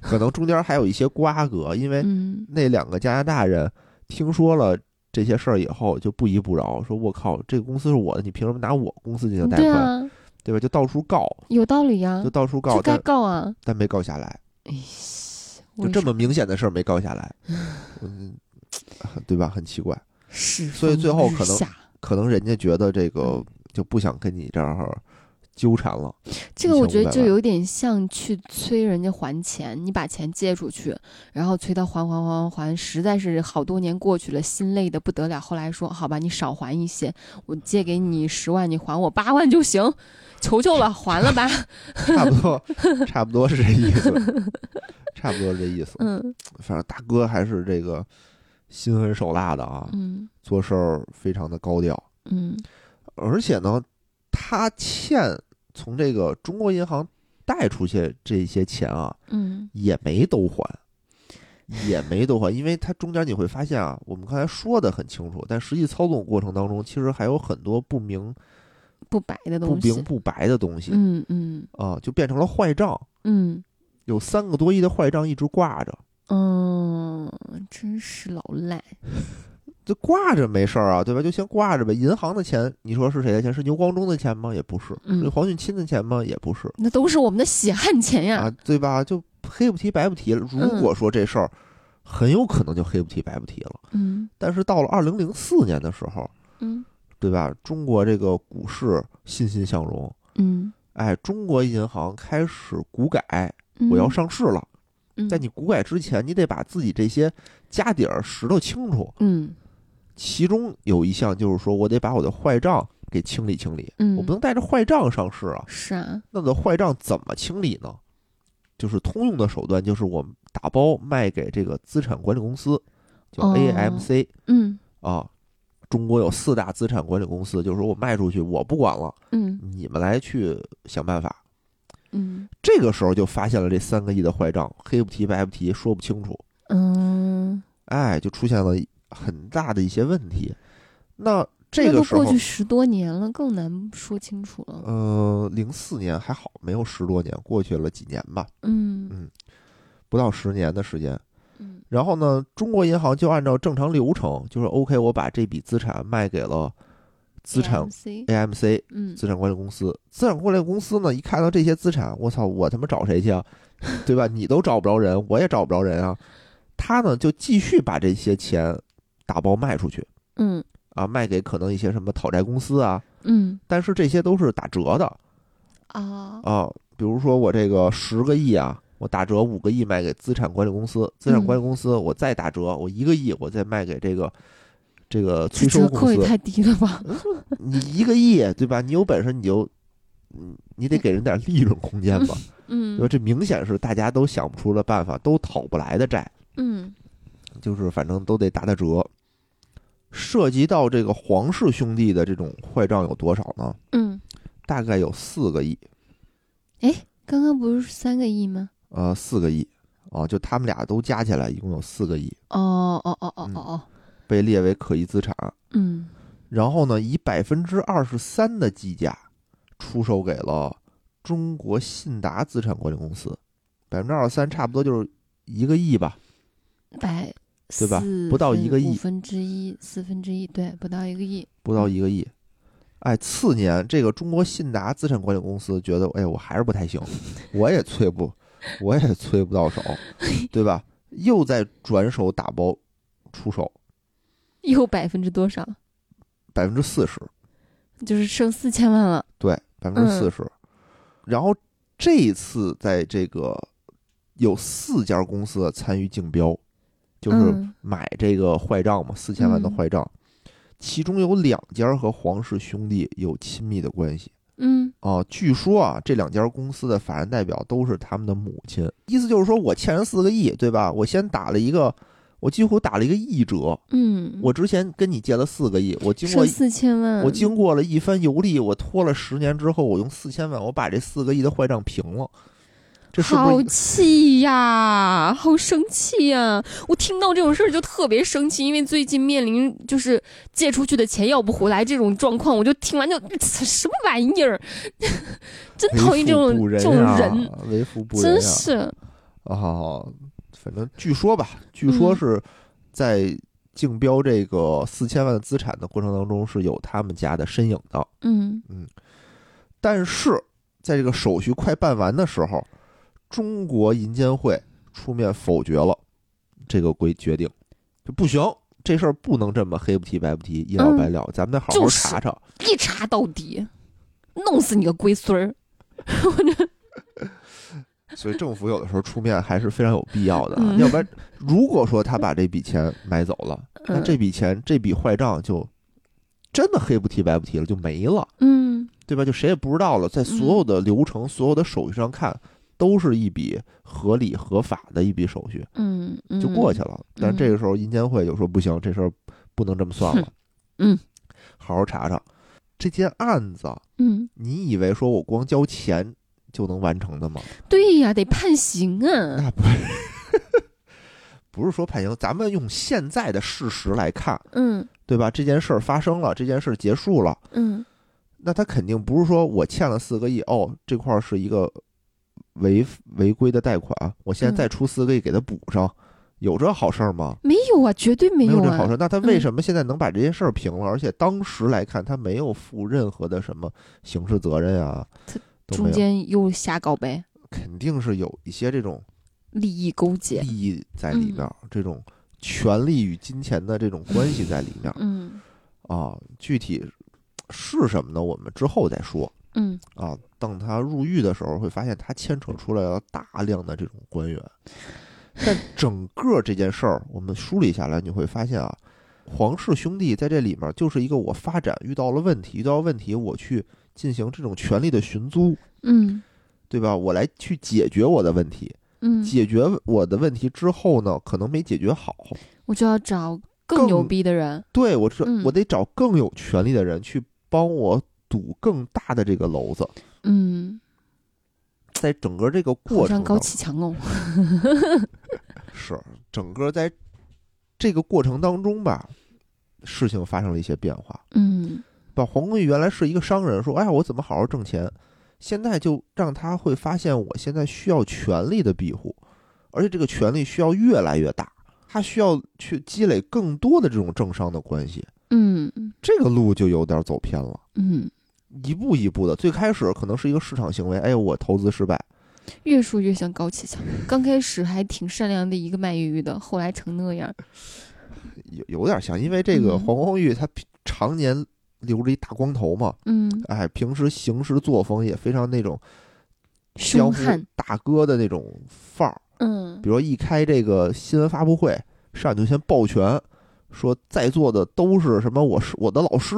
S2: 可能中间还有一些瓜葛，因为
S3: 嗯
S2: 那两个加拿大人听说了这些事儿以后，就不依不饶，说我靠，这个公司是我的，你凭什么拿我公司进行贷
S3: 对
S2: 款，
S3: 啊，
S2: 对吧？就到处告，
S3: 有道理呀、
S2: 就到处告，
S3: 嗯就该
S2: 但
S3: 告啊。
S2: 但没告下来，
S3: 哎，
S2: 就这么明显的事儿没告下 来，嗯，对吧？很奇怪。
S3: 是，
S2: 所以最后可能可能人家觉得这
S3: 嗯
S2: 个就不想跟你这儿纠缠 了。
S3: 这个，我觉得
S2: 1500
S3: 就
S2: 万
S3: 有点像去催人家还钱，你把钱借出去，然后催他还还还还，实在是好多年过去了，心累的不得了。后来说好吧，你少还一些，我借给你十万，你还我八万就行，求求了，还了吧。
S2: 差不多，差不多是这意 思，差不多是这意思。
S3: 嗯
S2: 反正大哥还是这个心狠手辣的啊，
S3: 嗯
S2: 做事儿非常的高调，
S3: 嗯
S2: 而且呢，他欠从这个中国银行贷出去这些钱啊，
S3: 嗯
S2: 也没都还。也没都还，因 为它中间你会发现啊，我们刚才说的很清楚，但实际操作过程当中，其实还有很多不明
S3: 不白的
S2: 不
S3: 东西
S2: 明。不白的东西啊、
S3: 嗯嗯
S2: 就变成了坏账，
S3: 嗯
S2: 有三个多亿的坏账一直挂着，
S3: 嗯，真是老赖。
S2: 这挂着没事儿啊，对吧？就先挂着呗。银行的钱，你说是谁的钱？是牛光中的钱吗？也不是，
S3: 嗯
S2: 是黄俊钦的钱吗？也不是
S3: 那都是我们的血汗钱呀！
S2: 啊，对吧？就黑不提白不提了。如
S3: 嗯
S2: 果说这事儿很有可能就黑不提白不提了，
S3: 嗯
S2: 但是到了二零零四年的时候，
S3: 嗯
S2: 对吧？中国这个股市欣欣向荣，
S3: 嗯，
S2: 哎，中国银行开始股改，
S3: 嗯
S2: 我要，上市了。
S3: 嗯
S2: 在你股改之前，你得把自己这些家底儿拾掇清楚。
S3: 嗯
S2: 其中有一项就是说我得把我的坏账给清理清理，
S3: 嗯，
S2: 我不能带着坏账上市啊。
S3: 是啊，
S2: 那我的坏账怎么清理呢？就是通用的手段，就是我们打包卖给这个资产管理公司，叫
S3: 哦
S2: AMC、
S3: 嗯
S2: 啊。中国有四大资产管理公司，就是说我卖出去，我不管了，
S3: 嗯
S2: 你们来去想办法。
S3: 嗯
S2: 这个时候就发现了这三个亿的坏账，黑不提白不提，说不清楚。
S3: 嗯，
S2: 哎，就出现了很大的一些问题。那这
S3: 那
S2: 个
S3: 都
S2: 时候
S3: 过去，十多年了，更难说清楚了。
S2: 呃，零四年还好，没有十多年，过去了几年吧。
S3: 嗯
S2: 不到十年的时间。
S3: 嗯
S2: 然后呢，中国银行就按照正常流程，就是 OK，我把这笔资产卖给了资产
S3: AMC
S2: AMC
S3: 嗯，
S2: 资产管理公司。资产管理公司呢，一看到这些资产，我操，我他妈找谁去啊？ 对吧？你都找不着人，我也找不着人啊。他呢就继续把这些钱打包卖出去
S3: 嗯
S2: 啊，卖给可能一些什么讨债公司啊，
S3: 嗯
S2: 但是这些都是打折的
S3: 啊，
S2: 啊。比如说我这个十个亿啊，我打折五个亿卖给资产管理公司，资产管理公司我再打折，我一个亿我再卖给这个这个
S3: 这
S2: 催收
S3: 折
S2: 公
S3: 扣也
S2: 司。
S3: 太低了吧？
S2: 你一个亿对吧？你有本事你就，嗯，你得给人点利润空间吧，对吧？
S3: 嗯
S2: 这明显是大家都想不出了办法，都讨不来的债，
S3: 嗯
S2: 就是反正都得打打折。涉及到这个皇室兄弟的这种坏账有多少呢？
S3: 嗯，
S2: 大概有四个亿，
S3: 刚刚不是三个亿吗？
S2: 呃，四个亿，啊，就他们俩都加起来一共有四个亿，
S3: 哦哦哦哦哦哦，
S2: 被列为可疑资产。
S3: 嗯
S2: 然后呢，以百分之二十三的计价出售给了中国信达资产管理公司，百分之二十三差不多就是一个亿吧，
S3: 百
S2: 对吧
S3: 四
S2: 不到
S3: 分
S2: 一个亿
S3: 五分之一，四分之一，对，不到一个亿。
S2: 不到一个亿。哎，次年这个中国信达资产管理公司觉得，哎，我还是不太行，我也催不，我也催不到手，对吧？又在转手打包出手
S3: 又百分之多少？
S2: 百分之四十，
S3: 就是剩四千万了。
S2: 对，百
S3: 嗯
S2: 分之四十。然后这一次在这个有四家公司参与竞标，就是
S3: 嗯
S2: 买这个坏账嘛，四千万的
S3: 嗯
S2: 坏账，其中有两家和皇室兄弟有亲密的关系。
S3: 嗯
S2: 啊，据说啊，这两家公司的法人代表都是他们的母亲，意思就是说我欠人四个亿，对吧？我先打了一个，我几乎打了一个一折。
S3: 嗯，
S2: 我之前跟你借了四个亿，我经过
S3: 剩四千万，
S2: 我经过了一番游历，我拖了十年之后，我用四千万，我把这四个亿的坏账平了。这是不
S3: 好
S2: 是
S3: 气呀，好生气呀！我听到这种事儿就特别生气，因为最近面临就是借出去的钱要不回来这种状况，我就听完就什么玩意儿， 真讨厌这
S2: 为
S3: 种
S2: 富不
S3: 这
S2: 仁
S3: 种
S2: 啊
S3: 人，，
S2: 为富不仁啊！
S3: 真是
S2: 啊，反正据说吧，据说
S3: 嗯
S2: 是在竞标这个四千万的资产的过程当中是有他们家的身影的，
S3: 嗯
S2: 但是在这个手续快办完的时候，中国银监会出面否决了这个规决定，就不行，这事儿不能这么黑不提白不提，一了百了，咱们得好好
S3: 嗯就是
S2: 查查。
S3: 一查到底，弄死你个龟孙儿！
S2: 所以政府有的时候出面还是非常有必要的啊，
S3: 嗯
S2: 要不然如果说他把这笔钱买走了，那
S3: 嗯
S2: 这笔钱这笔坏账就真的黑不提白不提了，就没了，
S3: 嗯
S2: 对吧？就谁也不知道了，在所有的流程、所有的手续上看，都是一笔合理合法的一笔手续，
S3: 嗯嗯，
S2: 就过去了。但这个时候银监会就说不行，这事儿不能这么算了，
S3: 嗯，
S2: 好好查查这件案子，
S3: 嗯。
S2: 你以为说我光交钱就能完成的吗？
S3: 对呀，得判刑啊！
S2: 那不 不是说判刑，咱们用现在的事实来看，
S3: 嗯
S2: 对吧？这件事儿发生了，这件事儿结束了，
S3: 嗯
S2: 那他肯定不是说我欠了四个亿，哦，这块儿是一个违违规的贷款，我现在
S3: 嗯
S2: 再出四个亿给他补上，有这好事儿吗？
S3: 没有啊，绝对没
S2: 没有这
S3: 啊！
S2: 好事儿，那他为
S3: 嗯
S2: 什么现在能把这件事儿平了？而且当时来看，他没有负任何的什么刑事责任啊
S3: 他，
S2: 都没
S3: 中
S2: 有，
S3: 间又瞎搞呗，
S2: 肯定是有一些这种
S3: 利益勾结
S2: 利。益在里
S3: 嗯
S2: 面儿，这种权力与金钱的这种关系在里面儿
S3: 嗯
S2: 啊。具体是什么呢？我们之后再说
S3: 嗯，
S2: 啊。等他入狱的时候，会发现他牵扯出来了大量的这种官员。 但整个这件事儿，我们梳理下来，你会发现啊，皇室兄弟在这里面就是一个我发展遇到了问题，遇到了问题我去进行这种权力的寻租，
S3: 嗯
S2: 对吧？我来去解决我的问题，
S3: 嗯，
S2: 解决我的问题之后呢，可能没解决好，
S3: 我就要找
S2: 更
S3: 更牛逼的人。
S2: 对我这
S3: 嗯
S2: 我得找更有权力的人去帮我堵更大的这个篓子，
S3: 嗯，
S2: 在整个这个过
S3: 好
S2: 程
S3: 像
S2: 当
S3: 高启强哦。
S2: 是整个在这个过程当中吧，事情发生了一些变化。
S3: 嗯
S2: 把黄光裕原来是一个商人，说哎呀我怎么好好挣钱，现在就让他会发现我现在需要权力的庇护，而且这个权力需要越来越大，他需要去积累更多的这种政商的关系，
S3: 嗯
S2: 这个路就有点走偏了。
S3: 嗯，
S2: 一步一步的，最开始可能是一个市场行为，哎，我投资失败，
S3: 越说越像高启强。刚开始还挺善良的一个卖鱼的，后来成那样。
S2: 有有点像，因为这个
S3: 嗯
S2: 黄光裕他平常年留着一大光头嘛，
S3: 嗯，
S2: 哎，平时行事作风也非常那种江
S3: 凶
S2: 湖
S3: 悍。
S2: 大哥的那种范儿。
S3: 嗯
S2: 比如一开这个新闻发布会，上去就先抱拳，说在座的都是什么我是我的老师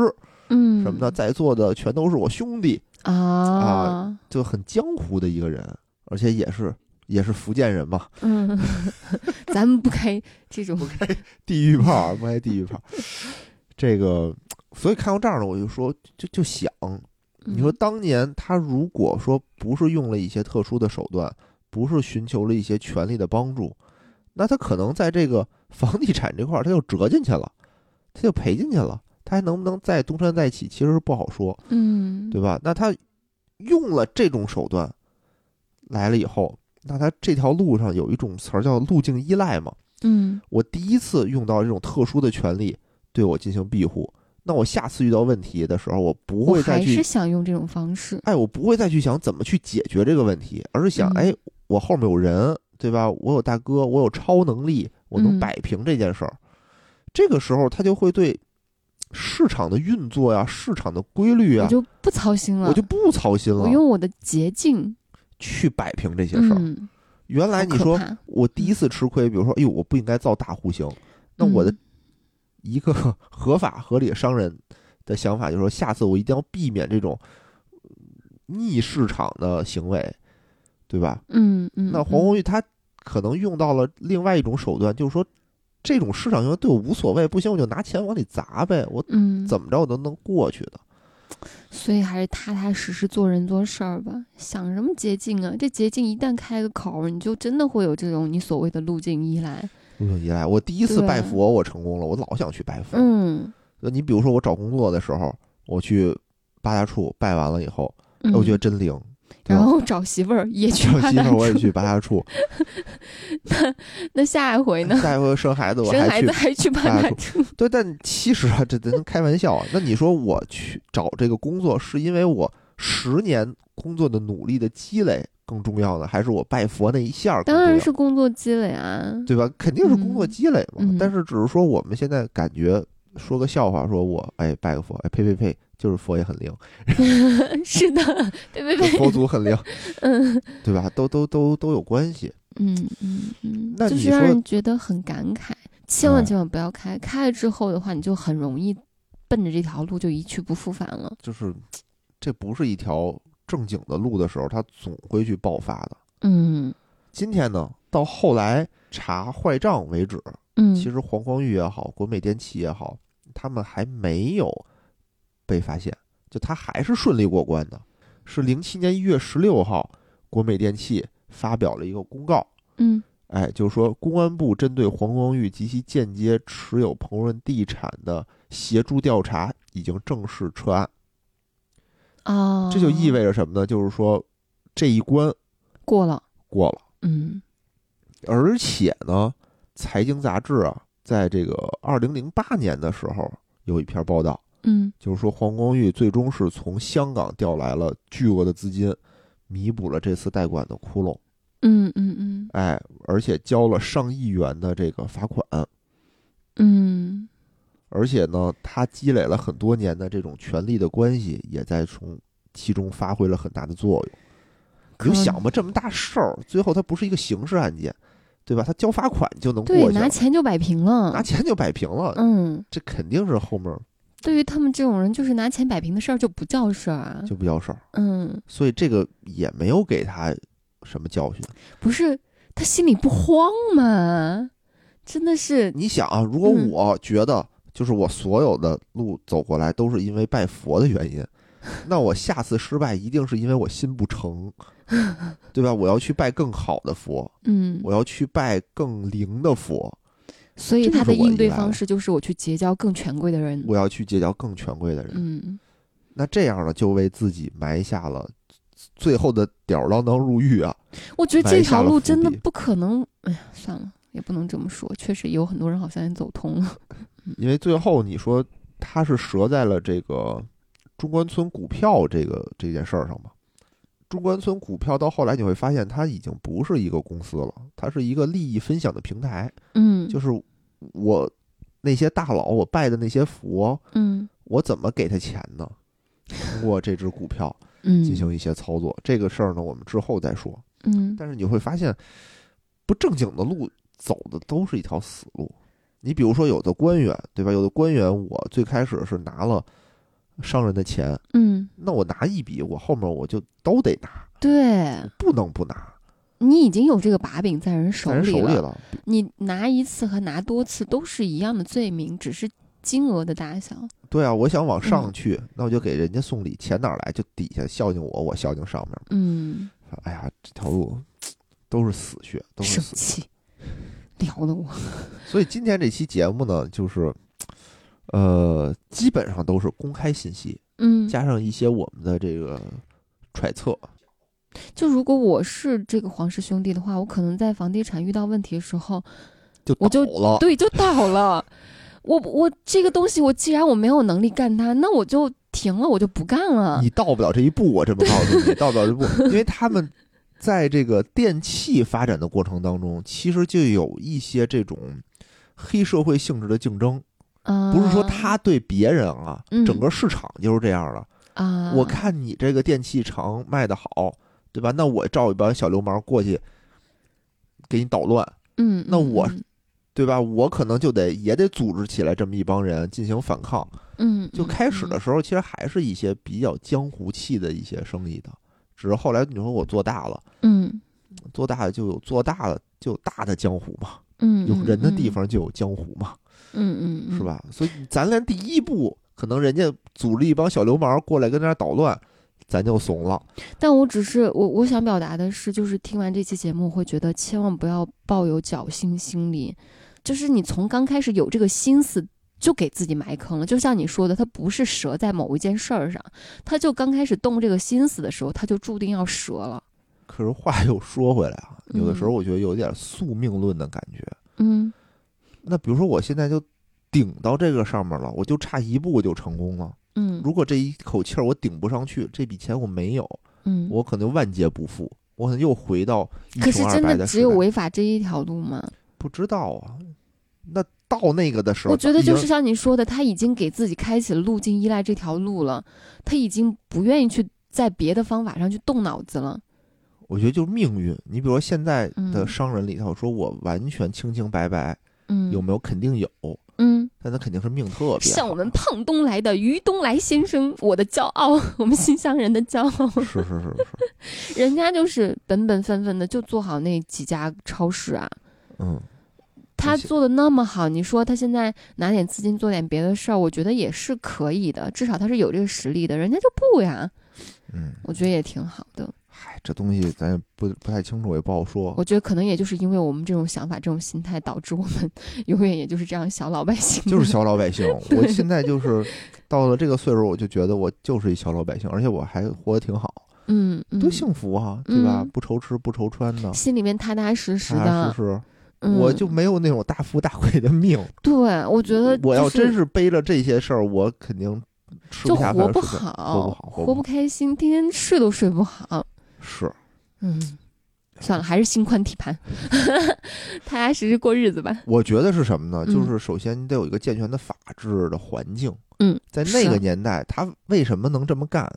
S3: 嗯，
S2: 什么的，在座的全都是我兄弟，
S3: 啊
S2: 啊就很江湖的一个人，而且也是也是福建人嘛，
S3: 嗯， 咱们不开这种。
S2: 地狱炮儿不挨地狱炮儿。这个，所以看到这儿呢，我就说，就就想，
S3: 嗯
S2: 你说当年他如果说不是用了一些特殊的手段，不是寻求了一些权力的帮助，那他可能在这个房地产这块儿他就折进去了，他就赔进去了，他还能不能再东山再起，其实是不好说，
S3: 嗯，
S2: 对吧？那他用了这种手段来了以后，那他这条路上有一种词儿叫路径依赖嘛，
S3: 嗯
S2: 我第一次用到这种特殊的权利对我进行庇护，那我下次遇到问题的时候，我不
S3: 我
S2: 会再
S3: 还是
S2: 去，
S3: 想用这种方式。
S2: 哎，我不会再去想怎么去解决这个问题，而是想，
S3: 嗯
S2: 哎，我后面有人，对吧？我有大哥，我有超能力，我能
S3: 嗯
S2: 摆平这件事儿。这个时候，他就会对市场的运作呀、市场的规律啊
S3: 我，就不操心了，
S2: 我就不操心了
S3: 我，用我的捷径，
S2: 去摆平这些事儿。
S3: 嗯，
S2: 原来
S3: 好
S2: 你
S3: 可
S2: 说
S3: 怕嗯
S2: 我第一次吃亏，比如说，哎呦，我不应该造大户型，那我的
S3: 嗯
S2: 一个 合法合理的商人的想法，就是说下次我一定要避免这种呃逆市场的行为，对吧？
S3: 嗯嗯，
S2: 那
S3: 嗯
S2: 黄红玉他可能用到了另外一种手段，就是说这种市场行为对我无所谓，不行我就拿钱往里砸呗，我
S3: 嗯，
S2: 怎么着我都能过去的。
S3: 所以还是踏踏实实做人做事儿吧，想什么捷径啊？这捷径一旦开个口儿，你就真的会有这种你所谓的路径依赖。
S2: 路径依赖，哎我第一次
S3: 对
S2: 拜佛我成功了，我老想去拜佛。
S3: 嗯，
S2: 那你比如说我找工作的时候，我去八大处拜完了以后，哎
S3: 嗯
S2: 我觉得真灵。 对
S3: 然
S2: 吧
S3: 后找媳妇儿也去
S2: 找
S3: 八
S2: 媳
S3: 大
S2: 妇儿我也
S3: 处
S2: 去八大处，
S3: 哎那下一回呢？
S2: 下一回生 孩子我
S3: 生
S2: 还
S3: 孩
S2: 去
S3: 子还去八
S2: 大
S3: 大
S2: 处
S3: 处？
S2: 对，但其实啊，这咱能开玩笑啊。那你说我去找这个工作，是因为我十年工作的努力的积累更重要呢，还是我拜佛那一下儿更
S3: 当
S2: 重要？
S3: 然是工作积累啊。
S2: 对吧？肯定是工作
S3: 嗯
S2: 积累嘛。
S3: 嗯
S2: 但是只是说我们现在感觉说个笑话，说我哎拜个佛，哎呸呸呸，就是佛爷很 灵，
S3: 是的，对对
S2: 佛
S3: 对，
S2: 祖很灵，
S3: 嗯
S2: 对吧？都都都都有关系。
S3: 嗯嗯嗯，
S2: 那
S3: 就
S2: 你
S3: 是让
S2: 说
S3: 人觉得很感慨。千万
S2: 哎
S3: 千万不要开，开了之后的话，你就很容易奔着这条路就一去不复返了。
S2: 就是这不是一条正经的路的时候，它总会去爆发的。
S3: 嗯
S2: 今天呢，到后来查坏账为止，
S3: 嗯，
S2: 其实黄光裕也好，国美电器也好，他们还没有被发现，就他还是顺利过关的。是零七年一月十六号，国美电器发表了一个公告，
S3: 嗯
S2: 哎，就是说公安部针对黄光裕及其间接持有鹏润地产的协助调查已经正式撤案。
S3: 啊，
S2: 这就意味着什么呢？就是说这一关
S3: 过了，
S2: 过了。
S3: 嗯
S2: 而且呢，财经杂志啊，在这个二零零八年的时候有一篇报道，
S3: 嗯
S2: 就是说黄光裕最终是从香港调来了巨额的资金，弥补了这次贷款的窟窿，
S3: 嗯嗯嗯
S2: 哎，而且交了上亿元的这个罚款，
S3: 嗯，
S2: 而且呢，他积累了很多年的这种权力的关系，也在从其中发挥了很大的作用。你就
S3: 可
S2: 想吧，这么大事儿，最后它不是一个刑事案件，对吧？他交罚款就能过去
S3: 对，
S2: 了，
S3: 拿钱就摆平了，
S2: 拿钱就摆平了，
S3: 嗯，
S2: 这肯定是后面
S3: 对于他们这种人，就是拿钱摆平的事儿就不叫事儿啊，
S2: 就不叫事儿，
S3: 嗯，
S2: 所以这个也没有给他什么教训。
S3: 不是他心里不慌吗？真的是，
S2: 你想啊，如果
S3: 嗯
S2: 我觉得就是我所有的路走过来都是因为拜佛的原 因，那我下次失败一定是因为我心不 诚，对吧？我要去拜更好的佛，
S3: 嗯，
S2: 我要去拜更灵的佛，
S3: 所以
S2: 这就
S3: 他
S2: 是
S3: 的
S2: 我
S3: 应
S2: 依
S3: 对
S2: 赖
S3: 方
S2: 了
S3: 式就是我去结交更权贵的人，
S2: 我要去结交更权贵的人。
S3: 嗯
S2: 那这样呢，就为自己埋下了最后的吊儿郎当入狱啊。
S3: 我觉得这条路真的
S2: 埋下了伏笔
S3: 不可能。哎呀，算了，也不能这么说，确实有很多人好像也走 通了。
S2: 因为最后你说他是折在了这个中关村股票这个这件事儿上嘛？中关村股票到后来你会发现，它已经不是一个公司了，它是一个利益分享的平台。
S3: 嗯，
S2: 就是我那些大佬，我拜的那些佛，
S3: 嗯
S2: 我怎么给他钱呢？通过这只股票
S3: 嗯
S2: 进行一些操作，这个事儿呢，我们之后再说。
S3: 嗯，
S2: 但是你会发现，不正经的路走的都是一条死路。你比如说，有的官员，对吧？有的官员，我最开始是拿了商人的钱，
S3: 嗯，
S2: 那我拿一笔，我后面我就都得拿，
S3: 对
S2: 不能不拿，
S3: 你已经有这个把柄在人手
S2: 在人手里
S3: 了，
S2: 了。
S3: 你拿一次和拿多次都是一样的罪名，只是金额的大小。
S2: 对啊，我想往上
S3: 嗯
S2: 去，那我就给人家送礼，钱哪儿来？就底下孝敬我，我孝敬上面。
S3: 嗯，
S2: 哎呀，这条路都是死穴，都是
S3: 生
S2: 死穴。
S3: 气，聊的我，
S2: 所以今天这期节目呢，就是，呃，基本上都是公开信息，
S3: 嗯，
S2: 加上一些我们的这个揣测。
S3: 就如果我是这个黄氏兄弟的话，我可能在房地产遇到问题的时候，
S2: 就
S3: 我就
S2: 倒了，
S3: 对，就倒了。我我这个东西，我既然我没有能力干它，那我就停了，我就不干了。
S2: 你到不了这一步，啊我这么告诉 你，到不了这一步，因为他们在这个电器发展的过程当中，其实就有一些这种黑社会性质的竞争，
S3: 啊，
S2: 不是说他对别人啊，
S3: 嗯
S2: 整个市场就是这样了。
S3: 啊，
S2: 我看你这个电器厂卖的好，对吧？那我照一帮小流氓过去给你捣乱，
S3: 嗯，
S2: 那
S3: 嗯
S2: 我对吧？我可能就得也得组织起来这么一帮人进行反抗。
S3: 嗯，嗯
S2: 就开始的
S3: 嗯
S2: 时候，其实还是一些比较江湖气的一些生意的，只是后来你说我做大了，
S3: 嗯
S2: 做大了就有做大了就有大的江湖嘛，
S3: 嗯
S2: 有人的地，方就有江湖嘛，
S3: 嗯嗯，嗯
S2: 是？吧？所以咱连第一步，可能人家组织一帮小流氓过来跟那儿捣乱，咱就怂了。
S3: 但我只是我我想表达的是，就是听完这期节目，我会觉得千万不要抱有侥幸心理，就是你从刚开始有这个心思。就给自己埋坑了，就像你说的，他不是折在某一件事儿上，他就刚开始动这个心思的时候，他就注定要折了。
S2: 可是话又说回来啊，有的时候
S3: 嗯
S2: 我觉得有点宿命论的感觉。
S3: 嗯
S2: 那比如说我现在就顶到这个上面了，我就差一步我就成功了。
S3: 嗯
S2: 如果这一口气儿我顶不上去，这笔钱我没有，
S3: 嗯，
S2: 我可能万劫不复，我可能又回到一
S3: 可是
S2: 穷二
S3: 真
S2: 白
S3: 的
S2: 时
S3: 只有
S2: 代
S3: 违法这一条路吗？
S2: 不知道啊。那到那个的时候，
S3: 我觉得
S2: 已经
S3: 就是像你说的，他已经给自己开启了路径依赖这条路了，他已经不愿意去在别的方法上去动脑子了。
S2: 我觉得就是命运。你比如说现在的
S3: 嗯
S2: 商人里头，说我完全清清白白，
S3: 嗯，
S2: 有没有？肯定有，
S3: 嗯，
S2: 但他肯定是命特别
S3: 像
S2: 好
S3: 我们胖东来的于东来先生，我的骄傲， 我们新乡人的骄傲，
S2: 是是是是，
S3: 人家就是本本分分的就做好那几家超市啊。
S2: 嗯，
S3: 他
S2: 而且
S3: 做的那么好，你说他现在拿点资金做点别的事儿，我觉得也是可以的，至少他是有这个实力的，人家就不呀，
S2: 嗯，
S3: 我觉得也挺好的。
S2: 嗨，这东西咱也不不太清楚，也不好说。
S3: 我觉得可能也就是因为我们这种想法、这种心态，导致我们 永远也就是这样小老百姓。
S2: 就是小老百姓。我现在 就是到了这个岁数，我就觉得我就是一小老百姓，而且我还活得挺好，
S3: 嗯，嗯
S2: 多幸福啊，对吧
S3: 嗯？
S2: 不愁吃，不愁穿的，
S3: 心里面踏踏实实
S2: 踏
S3: 的。
S2: 踏实实。
S3: 嗯、
S2: 啊我就没有那种大富大贵的命。
S3: 对我觉得、
S2: 我要真
S3: 是
S2: 是背着这些事儿，我肯定吃
S3: 就
S2: 不下
S3: 活
S2: 饭，
S3: 不
S2: 睡不下活
S3: 好，
S2: 不好，活不好。
S3: 开心，天天睡都睡不好。
S2: 是，
S3: 嗯，算了，还是心宽体盘， 踏踏实实过日子吧。
S2: 我觉得是什么呢？
S3: 嗯
S2: 就是首先你得有一个健全的法治的环境。
S3: 嗯，
S2: 在
S3: 是
S2: 那个
S3: 啊
S2: 年代，他为什么能这么干？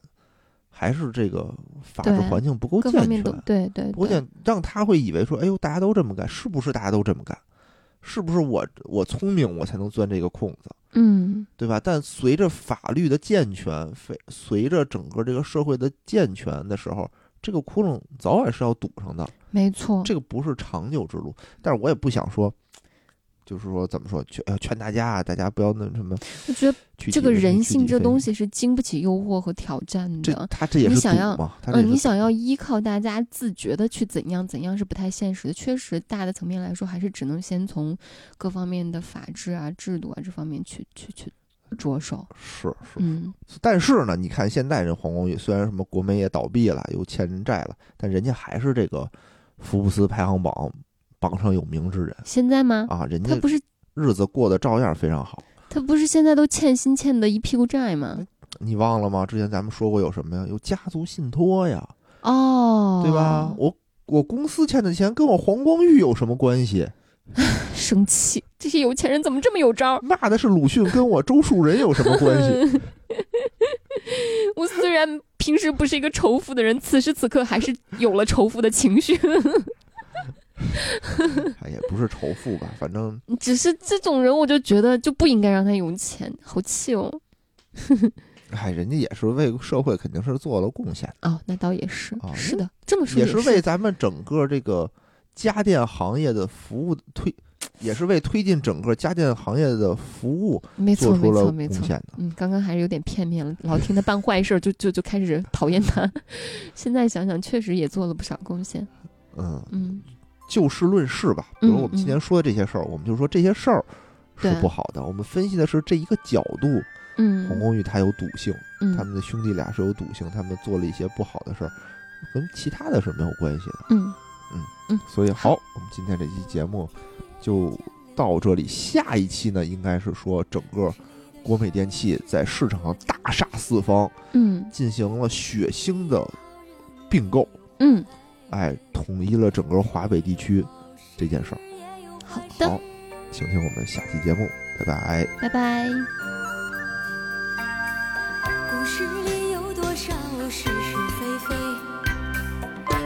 S2: 还是这个法治
S3: 对
S2: 环境不够
S3: 各
S2: 健
S3: 方面
S2: 全
S3: 都。对对
S2: 我
S3: 对，
S2: 想让他会以为说，哎呦，大家都这么干，是不是大家都这么干？是不是我我聪明，我才能钻这个空子，
S3: 嗯
S2: 对吧？但随着法律的健全，随随着整个这个社会的健全的时候，这个窟窿早晚是要堵上的，
S3: 没错，
S2: 这个不是长久之路。但是我也不想说，就是说怎么说，劝呃劝大家啊，大家不要那什么
S3: 我觉得
S2: 去
S3: 这个人性这东
S2: 西，
S3: 西是经不起诱惑和挑战
S2: 这
S3: 的。
S2: 他这也
S3: 你
S2: 是
S3: 想要
S2: 堵嘛，他这也
S3: 嗯，
S2: 是
S3: 你
S2: 堵
S3: 想要依靠大家自觉的去怎样怎样是不太现实的。确实，大的层面来说，还是只能先从各方面的法制啊、制度啊这方面去去去着手。
S2: 是是。
S3: 嗯，
S2: 但是呢，你看现在这皇宫也虽然什么国美也倒闭了，有欠人债了，但人家还是这个福布斯排行榜榜上有名之人
S3: 现在吗？
S2: 啊，人
S3: 嗯他
S2: 家
S3: 不是
S2: 日子过得照样非常好。
S3: 他不是现在都欠薪欠的一屁股债吗？
S2: 你忘了吗？之前咱们说过有什么呀？有家族信托呀，
S3: 哦，
S2: 对吧？？我我公司欠的钱跟我黄光裕有什么关系？
S3: 生气，这些有钱人怎么这么有招儿？
S2: 骂的是鲁迅跟我周树人有什么关系？
S3: 我虽然平时不是一个仇富的人，此时此刻还是有了仇富的情绪。 嗯
S2: 哎，也不是仇富吧，反正
S3: 只是这种人，我就觉得就不应该让他有钱，好气哦。
S2: 哎，人家也是为社会肯定是做了贡献，
S3: 哦，那倒也是，
S2: 啊
S3: 是的，这么说
S2: 也
S3: 是
S2: 是为咱们整个这个家电行业的服务推，也是为推进整个家电行业的服务
S3: 没错，
S2: 做
S3: 没
S2: 出了
S3: 错，
S2: 贡
S3: 没错。
S2: 献的。
S3: 嗯，刚刚还是有点片面了，老听他办坏事儿，就就就开始讨厌他。 现在想想，确实也做了不少贡献。
S2: 嗯，
S3: 嗯，
S2: 就事论事吧，比如
S3: 嗯
S2: 我们今
S3: 嗯
S2: 天说的这些事儿，我们就说这些事儿是
S3: 对
S2: 不好的，我们分析的是这一个角度，黄
S3: 嗯
S2: 光裕他有赌性，他
S3: 嗯
S2: 们的兄弟俩是有赌性，他们做了一些不好的事儿，跟其他的是没有关系的。
S3: 嗯，
S2: 所以好，我们今天这期节目就到这里，下一期呢应该是说整个国美电器在市场上大杀四方，
S3: 嗯
S2: 进行了血腥的并购，
S3: 嗯，
S2: 哎，统一了整个华北地区这件事儿。
S3: 好的，
S2: 好，请听我们下期节目，拜拜。
S3: 拜拜。
S1: 故事里有多少是是非非？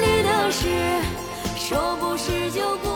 S1: 里的事，说不是就不